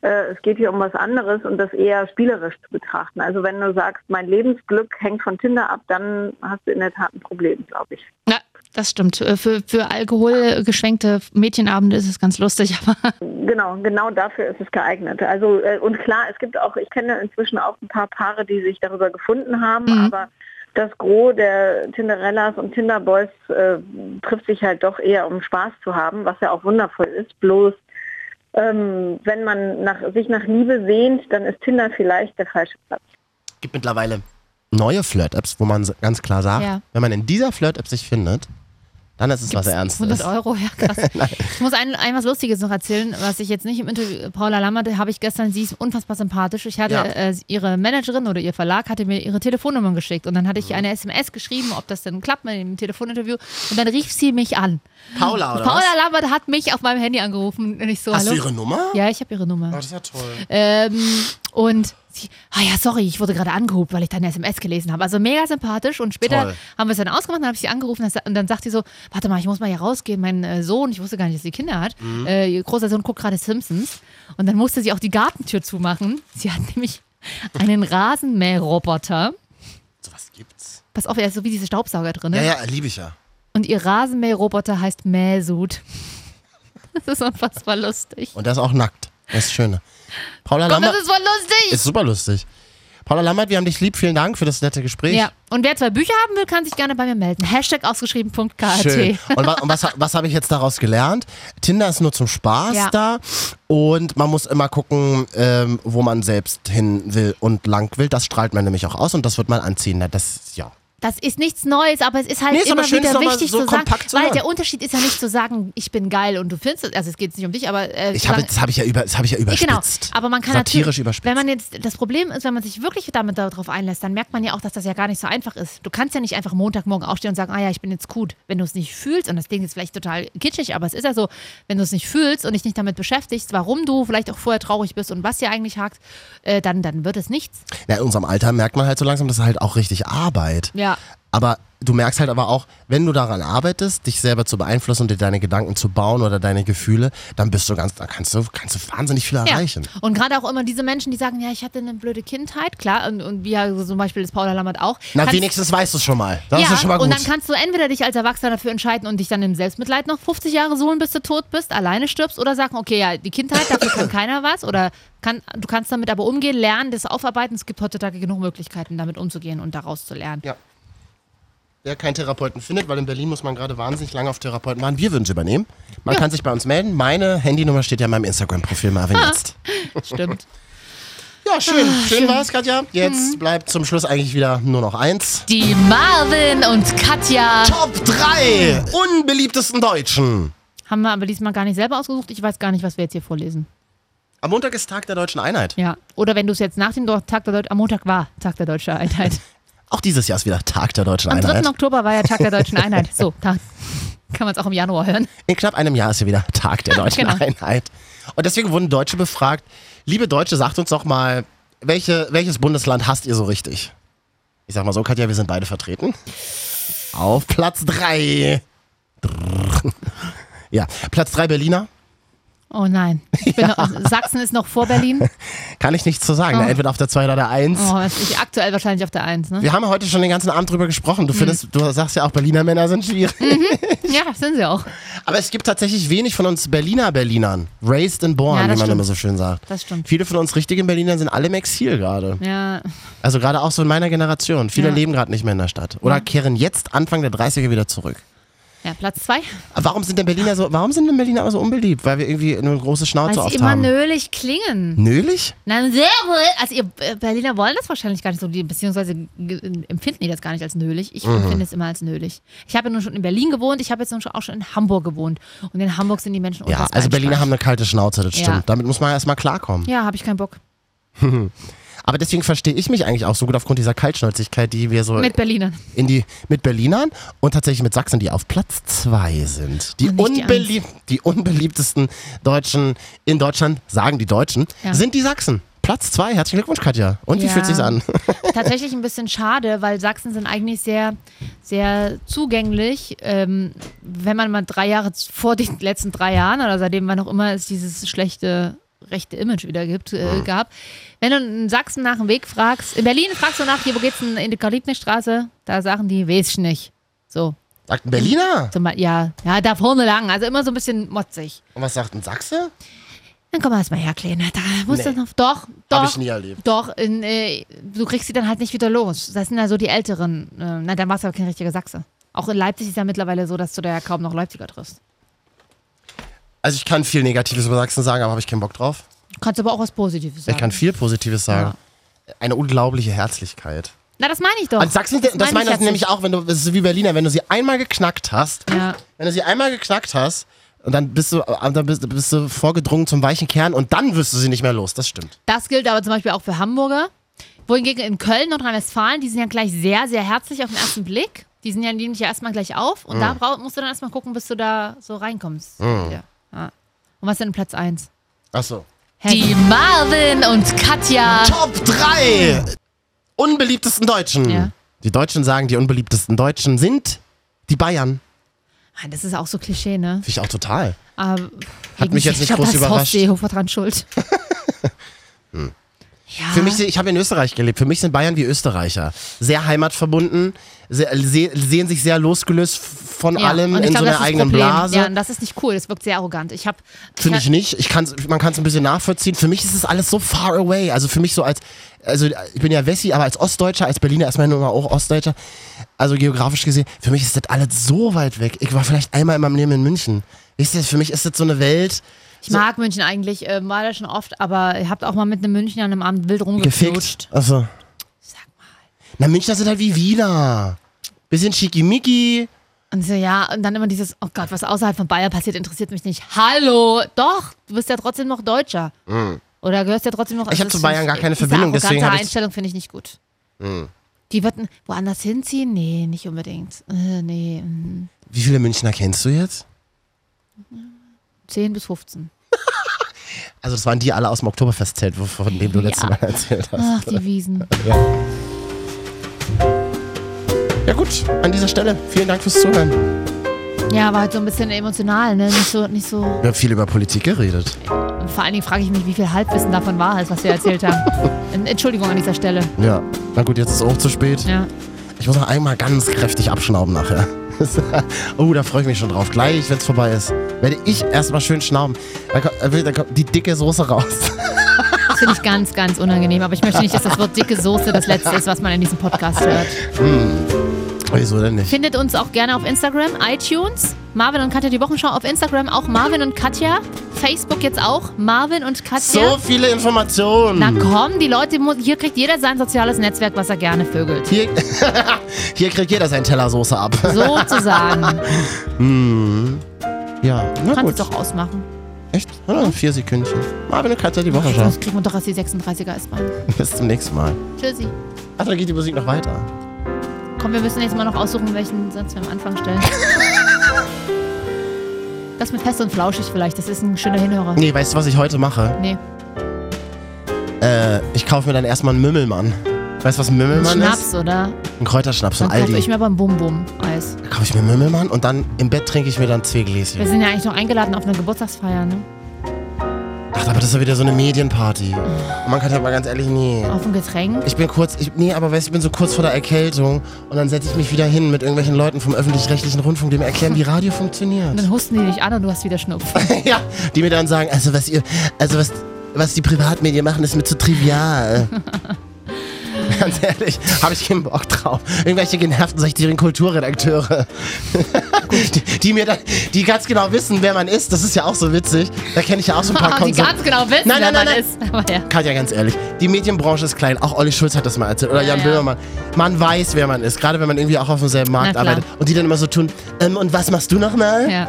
H: äh, es geht hier um was anderes und das eher spielerisch zu betrachten. Also wenn du sagst, mein Lebensglück hängt von Tinder ab, dann hast du in der Tat ein Problem, glaube ich.
B: Ja, das stimmt. Äh, Für, für alkoholgeschwenkte Mädchenabende ist es ganz lustig, aber
H: Genau, genau dafür ist es geeignet. Also äh, und klar, es gibt auch, ich kenne inzwischen auch ein paar Paare, die sich darüber gefunden haben, aber das Gros der Tinderellas und Tinderboys äh, trifft sich halt doch eher, um Spaß zu haben, was ja auch wundervoll ist. Bloß ähm, wenn man nach, sich nach Liebe sehnt, dann ist Tinder vielleicht der falsche Platz.
A: gibt mittlerweile neue Flirt-Apps, wo man s- ganz klar sagt,
B: Ja.
A: wenn man in dieser Flirt-App sich findet, dann ist es was Ernstes.
B: 100 Euro, ja krass. ich muss ein, ein was Lustiges noch erzählen, was ich jetzt nicht im Interview, Paula Lammert habe ich gestern, sie ist unfassbar sympathisch. Ich hatte
A: Ja.
B: äh, ihre Managerin oder ihr Verlag hatte mir ihre Telefonnummern geschickt und dann hatte
A: Mhm.
B: ich ihr eine SMS geschrieben, ob das denn klappt mit dem Telefoninterview und dann rief sie mich an.
A: Paula, oder
B: Paula
A: was?
B: Lammert hat mich auf meinem Handy angerufen und ich so,
A: Hast
B: hallo?
A: du ihre Nummer?
B: ja, ich habe ihre Nummer.
A: Oh, das ist ja toll.
B: Ähm, und sie, ah ja, sorry, ich wurde gerade angehobt, weil ich deine SMS gelesen habe. Also mega sympathisch. Und später
A: Toll.
B: haben wir es dann ausgemacht, dann habe ich sie angerufen das- und dann sagt sie so, warte mal, ich muss mal hier rausgehen. Mein äh, Sohn, ich wusste gar nicht, dass sie Kinder hat.
A: Mhm.
B: Äh, ihr großer Sohn guckt gerade Simpsons. Und dann musste sie auch die Gartentür zumachen. Sie hat nämlich einen Rasenmäherroboter.
A: So was gibt's.
B: Pass auf, er ist so wie diese Staubsauger drin. ne?
A: Ja, ja, liebe ich ja.
B: Und ihr Rasenmäherroboter heißt Mäsud. Das ist unfassbar lustig.
A: Und der ist auch nackt. Das ist das Schöne. Paula
B: Komm, das
A: Lammert
B: ist voll lustig.
A: ist super lustig. Paula Lammert, wir haben dich lieb. Vielen Dank für das nette Gespräch.
B: Ja, und wer zwei Bücher haben will, kann sich gerne bei mir melden. Hashtag ausgeschrieben.kat.
A: Schön. Und, wa und was, ha- was habe ich jetzt daraus gelernt? Tinder ist nur zum Spaß
B: Ja.
A: da und man muss immer gucken, ähm, wo man selbst hin will und lang will. Das strahlt man nämlich auch aus und das wird man anziehen. Na, Das, ja.
B: Das ist nichts Neues, aber es ist halt
A: Nee, ist aber
B: immer
A: schön,
B: wieder
A: es nochmal
B: wichtig
A: so
B: zu sagen,
A: kompakt zu
B: weil
A: hören.
B: der Unterschied ist ja nicht zu sagen, ich bin geil und du findest es, also es geht jetzt nicht um dich, aber äh,
A: Ich habe,
B: solange-
A: das habe ich ja, über, das habe ich ja
B: Genau,
A: überspitzt.
B: aber man kann
A: Satirisch
B: natürlich,
A: überspitzt.
B: wenn man jetzt, das Problem ist, wenn man sich wirklich damit darauf einlässt, dann merkt man ja auch, dass das ja gar nicht so einfach ist. Du kannst ja nicht einfach Montagmorgen aufstehen und sagen, ah ja, ich bin jetzt gut, wenn du es nicht fühlst und das Ding ist vielleicht total kitschig, aber es ist ja so, wenn du es nicht fühlst und dich nicht damit beschäftigst, warum du vielleicht auch vorher traurig bist und was dir eigentlich hakt, äh, dann, dann wird es nichts.
A: Na, in unserem Alter merkt man halt so langsam, das ist halt auch richtig Arbeit.
B: Ja.
A: Aber du merkst halt aber auch, wenn du daran arbeitest, dich selber zu beeinflussen und dir deine Gedanken zu bauen oder deine Gefühle, dann bist du ganz, da kannst du, kannst du wahnsinnig viel erreichen.
B: Ja. Und gerade auch immer diese Menschen, die sagen, ja, ich hatte eine blöde Kindheit, klar, und, und wie ja so zum Beispiel das Paula Lammert auch.
A: Na,
B: Kannst-
A: wenigstens weißt du es schon mal. Das
B: ja,
A: ist ja schon mal gut.
B: und dann kannst du entweder dich als Erwachsener dafür entscheiden und dich dann im Selbstmitleid noch 50 Jahre suhlen, bis du tot bist, alleine stirbst oder sagen, okay, ja, die Kindheit, dafür kann keiner was oder kann, du kannst damit aber umgehen, lernen, das aufarbeiten. Es gibt heutzutage genug Möglichkeiten, damit umzugehen und daraus zu lernen.
A: Ja. Wer keinen Therapeuten findet, weil in Berlin muss man gerade wahnsinnig lange auf Therapeuten warten, wir würden sie übernehmen. Man kann sich bei uns melden. Meine Handynummer steht ja in meinem Instagram-Profil, Marvin,
B: Ah.
A: jetzt.
B: Stimmt.
A: Ja, schön.
B: Ah,
A: schön war's, Katja. Jetzt
B: Mhm.
A: bleibt zum Schluss eigentlich wieder nur noch eins.
B: Die Marvin und Katja
A: Top 3 unbeliebtesten Deutschen.
B: haben wir aber diesmal gar nicht selber ausgesucht. Ich weiß gar nicht, was wir jetzt hier vorlesen.
A: Am Montag ist Tag der Deutschen Einheit.
B: Ja. Oder wenn du es jetzt nach dem Do- Tag der Deutschen, am Montag war Tag der Deutschen Einheit.
A: Auch dieses Jahr ist wieder Tag der Deutschen
B: Am 3.
A: Einheit.
B: Oktober war ja Tag der Deutschen Einheit. So, da kann man es auch im Januar hören.
A: In knapp einem Jahr ist ja wieder Tag der Deutschen
B: Genau.
A: Einheit. Und deswegen wurden Deutsche befragt. Liebe Deutsche, sagt uns doch mal, welche, welches Bundesland hasst ihr so richtig? Ich sag mal so, Katja, wir sind beide vertreten. Auf Platz 3. Ja, Platz 3 Berliner.
B: Oh nein. Ich bin noch, Sachsen ist noch vor Berlin.
A: Kann ich nichts zu sagen. ne? Entweder auf der 2 oder der 1.
B: Oh, das ist aktuell wahrscheinlich auf der Eins, ne?
A: Wir haben ja heute schon den ganzen Abend drüber gesprochen.
B: Hm.
A: Du findest, du sagst ja auch, Berliner Männer sind schwierig.
B: Ja, sind sie auch.
A: Aber es gibt tatsächlich wenig von uns Berliner Berlinern. Raised and born,
B: Ja,
A: wie man
B: das stimmt.
A: immer so schön sagt.
B: Das stimmt.
A: Viele von uns richtigen Berlinern sind alle im Exil gerade.
B: Ja,
A: Also gerade auch so in meiner Generation. Viele
B: Ja.
A: leben gerade nicht mehr in der Stadt. Oder kehren jetzt Anfang der 30er wieder zurück.
B: ja Platz zwei.
A: Aber warum sind denn Berliner so, warum sind denn Berliner immer so unbeliebt? Weil wir irgendwie eine große
B: Weil
A: Schnauze
B: sie
A: oft
B: immer
A: haben.
B: nölig klingen.
A: Nölig?
B: Nein, sehr wohl. Also ihr äh, Berliner wollen das wahrscheinlich gar nicht so, die, beziehungsweise ge- empfinden die das gar nicht als nölig.
A: Mhm.
B: Ich empfinde es immer als nölig. Ich habe ja nun schon in Berlin gewohnt, ich habe jetzt nun schon auch schon in Hamburg gewohnt. Und in Hamburg sind die Menschen
A: Ja,
B: unfassbar
A: also Berliner
B: entspannt.
A: haben eine kalte Schnauze, das
B: Ja.
A: stimmt. Damit muss man erstmal klarkommen.
B: Ja, habe ich keinen Bock.
A: Aber deswegen verstehe ich mich eigentlich auch so gut aufgrund dieser Kaltschnäuzigkeit, die wir so
B: Mit Berlinern.
A: in die mit Berlinern und tatsächlich mit Sachsen, die auf Platz zwei sind. Die,
B: Und nicht die
A: unbelieb die unbeliebtesten Deutschen in Deutschland, sagen die Deutschen,
B: Ja.
A: sind die Sachsen. Platz zwei. Herzlichen Glückwunsch, Katja. Und wie
B: Ja.
A: fühlt sich's an?
B: tatsächlich ein bisschen schade, weil Sachsen sind eigentlich sehr, sehr zugänglich. Ähm, wenn man mal drei Jahre z- vor den letzten drei Jahren oder seitdem wann auch immer es dieses schlechte rechte Image wieder gibt, äh, gab. Wenn du in Sachsen nach dem Weg fragst, in Berlin fragst du nach, hier, wo geht's denn in die Kalibnerstraße? Da sagen die, weiß ich nicht. So,
A: Sagt ein Berliner?
B: zum Beispiel, ja, ja, da vorne lang. Also immer so ein bisschen motzig.
A: Und was sagt ein Sachse?
B: Dann komm mal erst mal her, Kleine. Da musst
A: Nee.
B: du noch. Doch, doch.
A: Hab ich nie erlebt.
B: Doch, in, äh, du kriegst sie dann halt nicht wieder los. Das sind ja so die Älteren. Äh, na, dann warst du aber kein richtiger Sachse. Auch in Leipzig ist ja mittlerweile so, dass du da ja kaum noch Leipziger triffst.
A: Also ich kann viel Negatives über Sachsen sagen, aber habe ich keinen Bock drauf.
B: Du kannst aber auch was Positives sagen.
A: Ich kann viel Positives sagen. Eine unglaubliche Herzlichkeit.
B: Na, das meine ich doch.
A: Und Also Sachsen, das,
B: meine ich
A: meine ich
B: jetzt
A: nämlich
B: nicht.
A: auch, wenn du, das ist wie Berliner, wenn du sie einmal geknackt hast,
B: Ja.
A: wenn du sie einmal geknackt hast, und dann bist du, dann bist, bist du vorgedrungen zum weichen Kern und dann wirst du sie nicht mehr los. Das stimmt.
B: Das gilt aber zum Beispiel auch für Hamburger. Wohingegen in Köln, Nordrhein-Westfalen, die sind ja gleich sehr, sehr herzlich auf den ersten Blick. Die sind ja, nehmen dich ja erstmal gleich auf. Und
A: Mm.
B: da brau- musst du dann erstmal gucken, bis du da so reinkommst. Ja. Ja. Und was ist denn Platz 1?
A: Ach so.
B: Die Marvin und Katja.
A: Top 3 unbeliebtesten Deutschen.
B: Ja.
A: Die Deutschen sagen, die unbeliebtesten Deutschen sind die Bayern.
B: Ah, Das ist auch so Klischee, ne?
A: Finde ich auch total.
B: Aber
A: Hat mich jetzt nicht
B: ich glaub,
A: groß
B: da ist
A: überrascht. Hm.
B: Horst Seehofer dran schuld. ja.
A: Für mich, sind- ich habe in Österreich gelebt. Für mich sind Bayern wie Österreicher. Sehr heimatverbunden, sehr, se sehen sich sehr losgelöst von
B: Ja,
A: allem
B: und ich
A: in
B: glaub,
A: so einer
B: das ist das
A: eigenen
B: Problem.
A: Blase.
B: Ja, und das ist nicht cool. Das wirkt sehr arrogant. Ich habe
A: Finde ich nicht. Ich kann's, man kann es ein bisschen nachvollziehen. Für mich ist es alles so far away. Also für mich so als, also ich bin ja Wessi, aber als Ostdeutscher, als Berliner erstmal nur mal auch Ostdeutscher. Also geografisch gesehen, für mich ist das alles so weit weg. Ich war vielleicht einmal in meinem Leben in München. Wisst ihr, für mich ist das so eine Welt
B: Ich mag München eigentlich, äh, war da schon oft, aber ihr habt auch mal mit einem Münchner an einem Abend wild rumgeflutscht.
A: gefickt. Also,
B: Sag mal.
A: na Münchner sind halt wie Wiener. Bisschen schickimicki.
B: Und so, ja, und dann immer dieses, oh Gott, was außerhalb von Bayern passiert, interessiert mich nicht. Hallo, doch, du bist ja trotzdem noch Deutscher. Oder gehörst ja trotzdem noch...
A: Hm. Ich hab zu
B: also es
A: Bayern
B: ist-
A: gar keine
B: diese
A: Verbindung, deswegen
B: arrogante
A: hab Hm. ich-
B: Einstellung finde ich nicht gut. Die würden woanders hinziehen? Nee, nicht unbedingt. Äh, nee, mhm.
A: Wie viele Münchner kennst du jetzt?
B: 10 bis 15.
A: Also das waren die alle aus dem Oktoberfestzelt, von dem du letztes
B: Ja.
A: Mal erzählt hast.
B: Ach, die Wiesen.
A: Ja gut, an dieser Stelle vielen Dank fürs Zuhören.
B: Ja, war halt so ein bisschen emotional, ne? Nicht so, nicht so...
A: Wir haben viel über Politik geredet.
B: Und vor allen Dingen frage ich mich, wie viel Halbwissen davon war es, was wir erzählt haben. Entschuldigung an dieser Stelle.
A: Ja, na gut, jetzt ist auch zu spät.
B: Ja.
A: Ich muss noch einmal ganz kräftig abschnauben nachher. oh, da freue ich mich schon drauf. Gleich, wenn es vorbei ist, werde ich erstmal schön schnauben. Da kommt, äh, da kommt die dicke Soße raus.
B: Das finde ich ganz, ganz unangenehm. Aber ich möchte nicht, dass das Wort dicke Soße das letzte ist, was man in diesem Podcast hört.
A: Wieso denn nicht?
B: Findet uns auch gerne auf Instagram, iTunes, Marvin und Katja die Wochenschau auf Instagram, auch Marvin und Katja, Facebook jetzt auch, Marvin und Katja.
A: So viele Informationen.
B: Na komm, die Leute, mu- hier kriegt jeder sein soziales Netzwerk, was er gerne vögelt.
A: Hier, hier kriegt jeder seinen Teller Soße ab.
B: Sozusagen.
A: Ja, na
B: Kannst
A: gut.
B: du doch ausmachen.
A: Echt? Oder? Vier Sekündchen. Marvin und Katja, die Woche schon.
B: Sonst kriegen wir doch erst die 36er S-Bahn.
A: Bis zum nächsten Mal.
B: Tschüssi.
A: Ach, da geht die Musik noch weiter.
B: Komm, wir müssen jetzt mal noch aussuchen, welchen Satz wir am Anfang stellen. Das mit fest und flauschig vielleicht, das ist ein schöner Hinhörer.
A: Nee, weißt du, was ich heute mache?
B: Nee.
A: Äh, ich kaufe mir dann erstmal einen Mümmelmann. Weißt du, was ein Mümmelmann ist?
B: Schnaps, oder?
A: Ein Kräuterschnaps von
B: Dann kaufe
A: Aldi.
B: ich mir beim Bum-Bum-Eis.
A: Da kaufe ich mir Mümmelmann und dann im Bett trinke ich mir dann zwei
B: Wir
A: Gläschen.
B: sind ja eigentlich noch eingeladen auf eine Geburtstagsfeier, ne?
A: Ach, aber das ist ja wieder so eine Medienparty. Und man kann ja mal ganz ehrlich, nee.
B: Auf ein Getränk.
A: Ich bin kurz, ich, nee, aber weißt du, ich bin so kurz vor der Erkältung und dann setze ich mich wieder hin mit irgendwelchen Leuten vom öffentlich-rechtlichen Rundfunk, die mir erklären, wie Radio
B: Und
A: funktioniert.
B: dann husten die dich an und du hast wieder Schnupfen.
A: ja, die mir dann sagen, also was ihr, also was, was die Privatmedien machen, ist mir zu trivial. Ganz ehrlich, habe ich keinen Bock drauf. Irgendwelche genervten, sechsjährigen Kulturredakteure, die, die mir dann, die ganz genau wissen, wer man ist. Das ist ja auch so witzig. Da kenne ich ja auch so ein paar
B: die
A: Konso-
B: ganz genau wissen,
A: Nein,
B: wer
A: nein, nein,
B: man
A: nein.
B: ist. Aber ja.
A: Katja, ganz ehrlich, die Medienbranche ist klein. Auch Olli Schulz hat das mal erzählt. Oder
B: Ja,
A: Jan
B: ja.
A: Böhmermann. Man weiß, wer man ist. Gerade wenn man irgendwie auch auf demselben Markt
B: Na klar.
A: arbeitet. Und die dann immer so tun, ähm, und was machst du nochmal?
B: ja.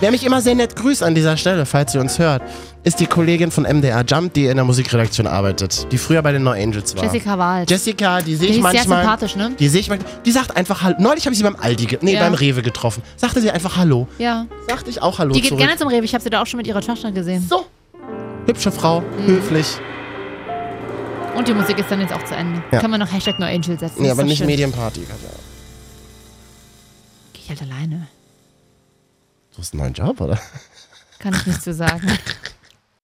A: Wer mich immer sehr nett grüßt an dieser Stelle, falls ihr uns hört, ist die Kollegin von MDR Jump, die in der Musikredaktion arbeitet. Die früher bei den No Angels war.
B: Jessica Wald.
A: Jessica, die sehe ich
B: die ist sehr
A: manchmal.
B: sympathisch, ne?
A: Die sehe ich manchmal. Die sagt einfach Hallo. Neulich habe ich sie beim Aldi, ge- nee,
B: Ja.
A: beim Rewe getroffen. Sagte sie einfach Hallo.
B: Ja.
A: Sagte ich auch Hallo
B: Die geht
A: zurück.
B: gerne zum Rewe. Ich habe sie da auch schon mit ihrer Tochter gesehen.
A: so. Hübsche Frau,
B: Mhm.
A: höflich.
B: Und die Musik ist dann jetzt auch zu Ende.
A: Ja.
B: Kann man noch Hashtag No Angel setzen.
A: Nee,
B: ist
A: aber
B: doch
A: nicht
B: schön.
A: Medienparty. Katja.
B: Geh ich halt alleine.
A: Du hast einen neuen Job, oder?
B: Kann ich nichts zu sagen.